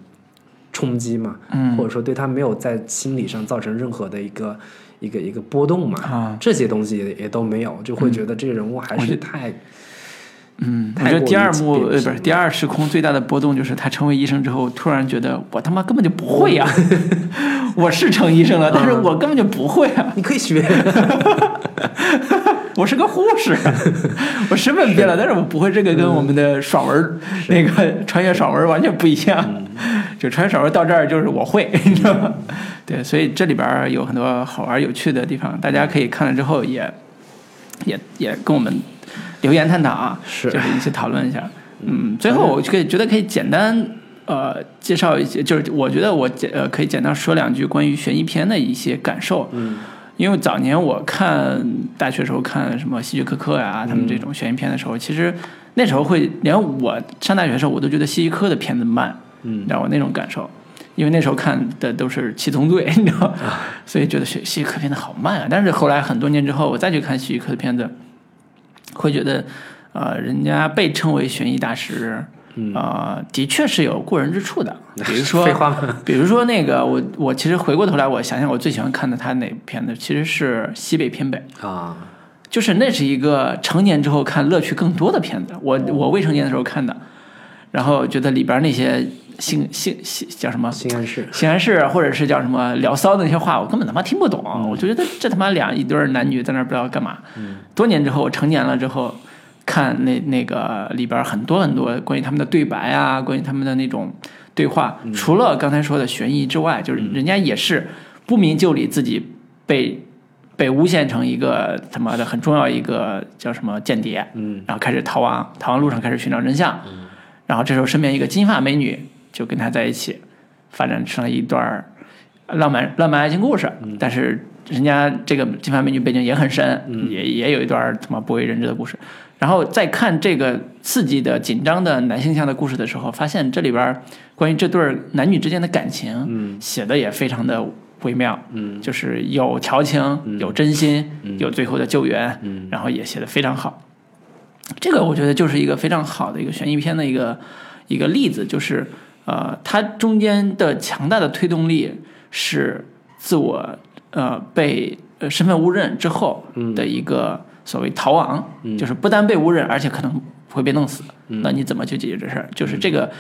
冲击吗？嗯或者说对他没有在心理上造成任何的一个一个一个波动吗？啊嗯这些东西也也都没有，就会觉得这个人物还我觉是得太嗯，我太觉得第二幕过呃于不是第二时空最大的波动就是她成为医生之后，突然觉得我他妈根本就不会呀、我是成医嗯生了，但是我根本就不会啊，你可以学， [LAUGHS] 我是个护士，我身份变了，但是我不会这个跟我们的爽文儿那个 [LAUGHS] 穿越爽文儿完全不一样。嗯 [LAUGHS] 就穿越爽文儿到这儿就是我会，你知道吗？对，所以这里边儿有很多好玩儿有趣的地方，大家可以看了之后也也也跟我们留言探讨啊，是就是一起讨论一下。嗯，最后我就可以觉得可以简单呃介绍一些，就是我觉得我简呃可以简单说两句关于悬疑片的一些感受。嗯，因为早年我看大学时候看什么希区柯克呀、啊他们这种悬疑片的时候，其实那时候会连我上大学的时候，我都觉得希区柯的片子慢，嗯你知道我那种感受。因为那时候看的都是《七宗罪》，你知 [LAUGHS] 道，吗？所以觉得希希区柯片子好慢啊。但是后来很多年之后，我再去看希区柯的片子，会觉得，呃，人家被称为悬疑大师，啊、的确是有过人之处的。 [LAUGHS] 比如说嗯 [LAUGHS] 废，[LAUGHS] 话吗？比如说那个，我我其实回过头来，我想想，我最喜欢看的他哪部片子，其实是《西北偏北》。啊，就是那是一个成年之后看乐趣更多的片子。我我未成年的时候看的，然后觉得里边那些性性性叫什么新安市，显然是，或者是叫什么聊骚的那些话，我根本他妈听不懂。我就觉得这他妈俩一对儿男女在那儿不知道干嘛。多年之后，我成年了之后，看那那个里边儿很多很多关于他们的对白啊，关于他们的那种对话，除了刚才说的悬疑之外，就是人家也是不明就里自己被被诬陷成一个他妈的很重要一个叫什么间谍，嗯，然后开始逃亡，逃亡路上开始寻找真相。然后这时候身边一个金发美女就跟他在一起，发展成了一段儿浪漫浪漫爱情故事。嗯但是人家这个金发美女背景也很深，嗯也也有一段儿他妈不为人知的故事。然后再看这个刺激的、紧张的男性向的故事的时候，发现这里边儿关于这对儿男女之间的感情，写的也非常的微妙，嗯，就是有调情，有真心，嗯有最后的救援，嗯然后也写的非常好。这个我觉得就是一个非常好的一个悬疑片的一个一个例子，就是呃，它中间的强大的推动力是自我呃被呃身份误认之后的一个所谓逃亡，嗯就是不单被误认，而且可能会被弄死。那你怎么去解决这事儿？就是这个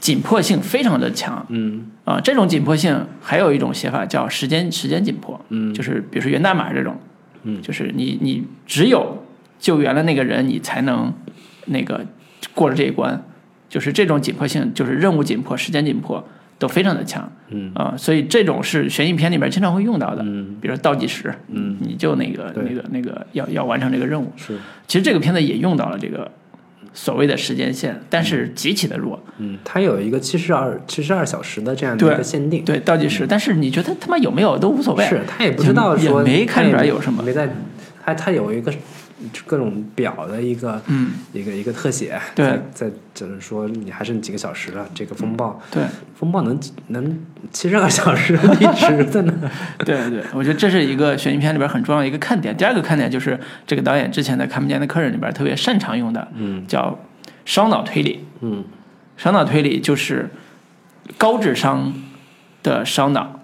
紧迫性非常的强，嗯啊、这种紧迫性还有一种写法叫时间时间紧迫，嗯就是比如说源代码这种，嗯就是你你只有救援了那个人，你才能那个过了这一关，就是这种紧迫性，就是任务紧迫、时间紧迫都非常的强嗯啊、所以这种是悬疑片里面经常会用到的，嗯，比如说倒计时，嗯，你就那个对那个那个要要完成这个任务，是，其实这个片子也用到了这个所谓的时间线，但是极其的弱，嗯，它有一个七十二七十二小时的这样的一对个限定，对倒计时，但是你觉得他妈有没有都无所谓，嗯是他也不知道也说没看出来他也有什么没在他他有一个各种表的一个嗯，一个一个特写，对在，在就是说你还剩几个小时了，这个风暴对风暴能能七十二小时一直在 [LAUGHS] 那儿，对对，我觉得这是一个悬疑片里边很重要的一个看点。第二个看点就是这个导演之前在《看不见的客人》里边特别擅长用的，嗯叫烧脑推理。嗯烧脑推理就是高智商的烧脑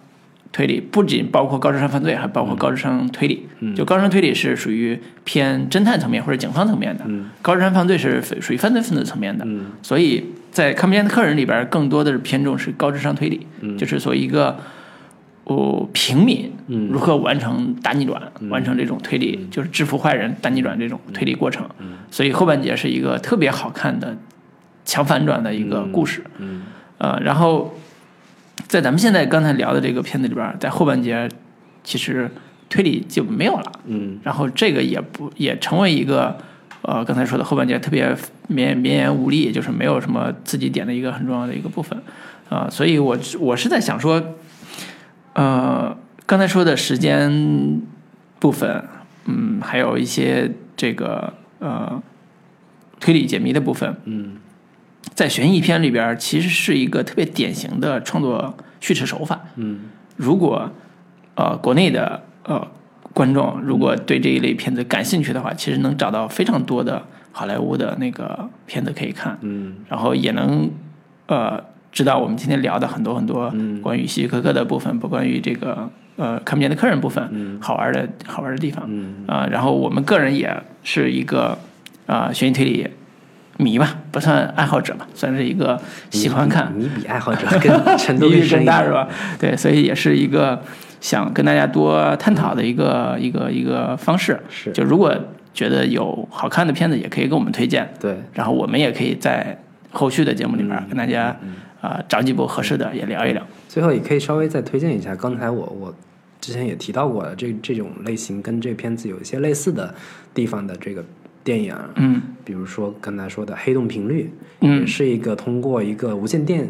推理，不仅包括高智商犯罪，还包括高智商推理。嗯就高智商推理是属于偏侦探层面或者警方层面的，嗯高智商犯罪是属于犯罪分子层面的。嗯所以在《看不见的客人》里边，更多的是偏重是高智商推理，嗯就是作为一个哦平民嗯如何完成大逆转，完成这种推理，就是制服坏人、大逆转这种推理嗯过程。所以后半节是一个特别好看的强反转的一个故事。嗯呃，然后在咱们现在刚才聊的这个片子里边，在后半节其实推理就没有了。嗯然后这个也不也成为一个呃刚才说的后半截特别绵绵延无力，就是没有什么刺激点的一个很重要的一个部分啊、所以我我是在想说，呃，刚才说的时间部分，嗯，还有一些这个呃推理解谜的部分，嗯在悬疑片里边儿其实是一个特别典型的创作叙事手法。嗯如果呃国内的呃观众如果对这一类片子感兴趣的话，其实能找到非常多的好莱坞的那个片子可以看，嗯然后也能呃知道我们今天聊的很多很多嗯关于希区柯克的部分，不关于这个呃看不见的客人部分，嗯好玩的好玩的地方。嗯啊，然后我们个人也是一个啊悬疑推理迷吧，不算爱好者吧，算是一个喜欢看你比爱好者更程度比 [LAUGHS] 更喻深更一大点，是吧？对，所以也是一个想跟大家多探讨的一个一个一个方式。是就如果觉得有好看的片子，也可以给我们推荐，对，然后我们也可以在后续的节目里嗯面跟大家啊、找几部合适的也聊一聊。最后也可以稍微再推荐一下，刚才我我之前也提到过了，这这种类型跟这片子有一些类似的地方的这个电影，啊嗯比如说刚才说的《黑洞频率》，嗯也是一个通过一个无线电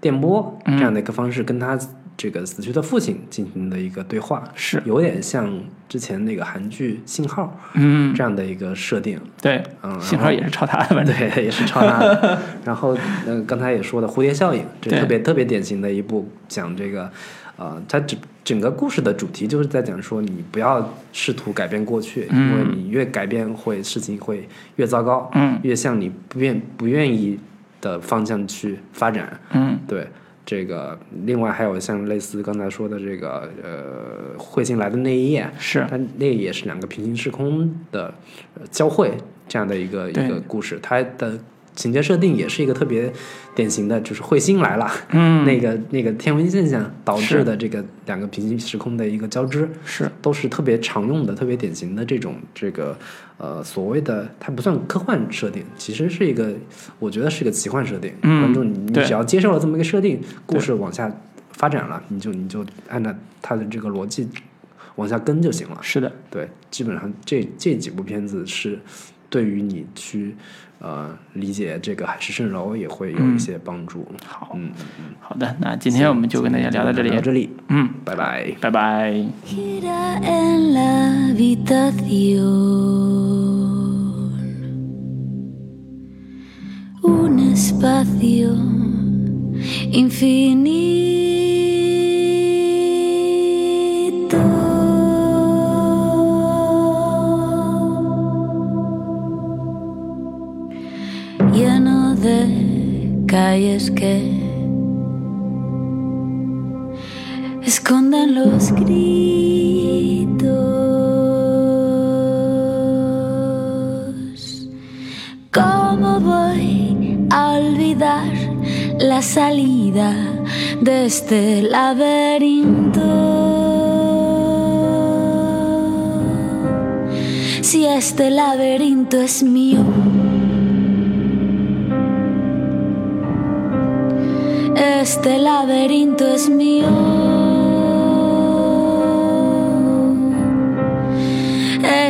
电波这嗯样的一个方式，跟他这个死去的父亲进行的一个对话，是有点像之前那个韩剧《信号》嗯，这样的一个设定。对，嗯然后信号也是超他的，反正对，也是超 [LAUGHS] 大的。然后，呃，刚才也说的蝴蝶效应，这对特别特别典型的一部讲这个，呃，它整整个故事的主题就是在讲说，你不要试图改变过去，因为你越改变会事情会越糟糕，嗯越向你不愿不愿意的方向去发展。嗯。对，这个另外还有像类似刚才说的这个呃，彗星来的那一夜，是它那也是两个平行时空的呃交汇这样的一个一对个故事，它的情节设定也是一个特别典型的，就是彗星来了，嗯，那个那个天文现象导致是的这个两个平行时空的一个交织，是都是特别常用的、特别典型的这种这个呃所谓的它不算科幻设定，其实是一个我觉得是一个奇幻设定。嗯观众你你对只要接受了这么一个设定，故事往下发展了，你就你就按照它的这个逻辑往下跟就行了。是的，对，基本上这这几部片子是对于你去呃理解这个海市蜃楼也会有一些帮助。好嗯，好的，那今天我们就跟大家聊到这里聊，这里，嗯，拜拜。拜拜。 Gira en la habitación un espacio infinito. Lleno de calles que escondan los gritos. ¿Cómo voy a olvidar la salida de este laberinto? Si este laberinto es mío. Este laberinto es mío.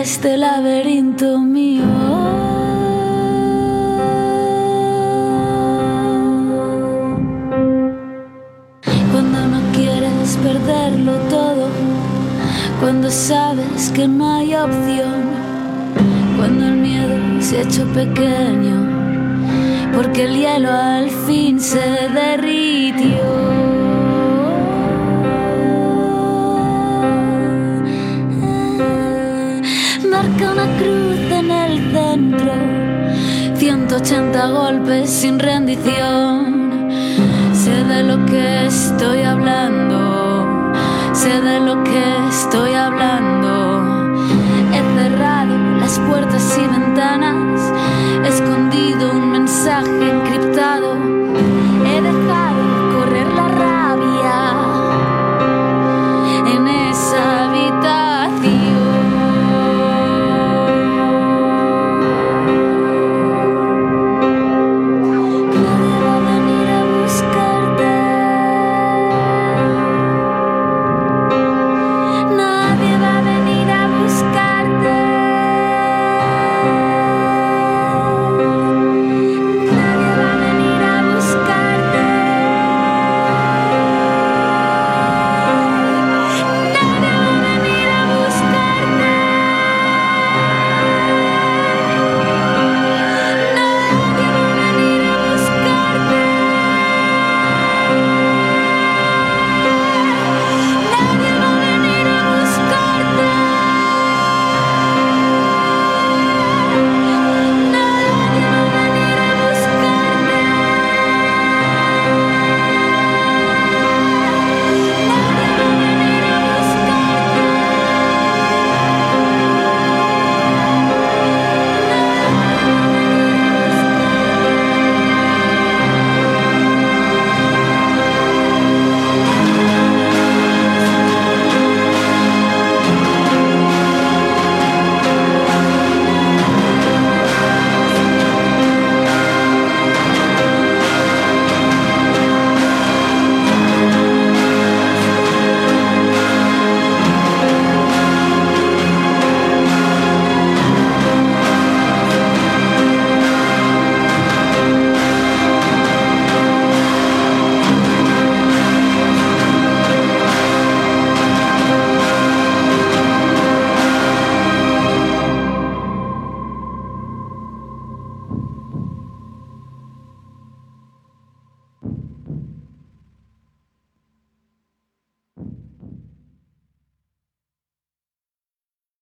Este laberinto mío. Cuando no quieres perderlo todo, cuando sabes que no hay opción, cuando el miedo se ha hecho pequeño porque el hielo al fin se derritió. Marca una cruz en el centro, 180 golpes sin rendición. Sé de lo que estoy hablando, sé de lo que estoy hablando. He cerrado las puertas y ventanas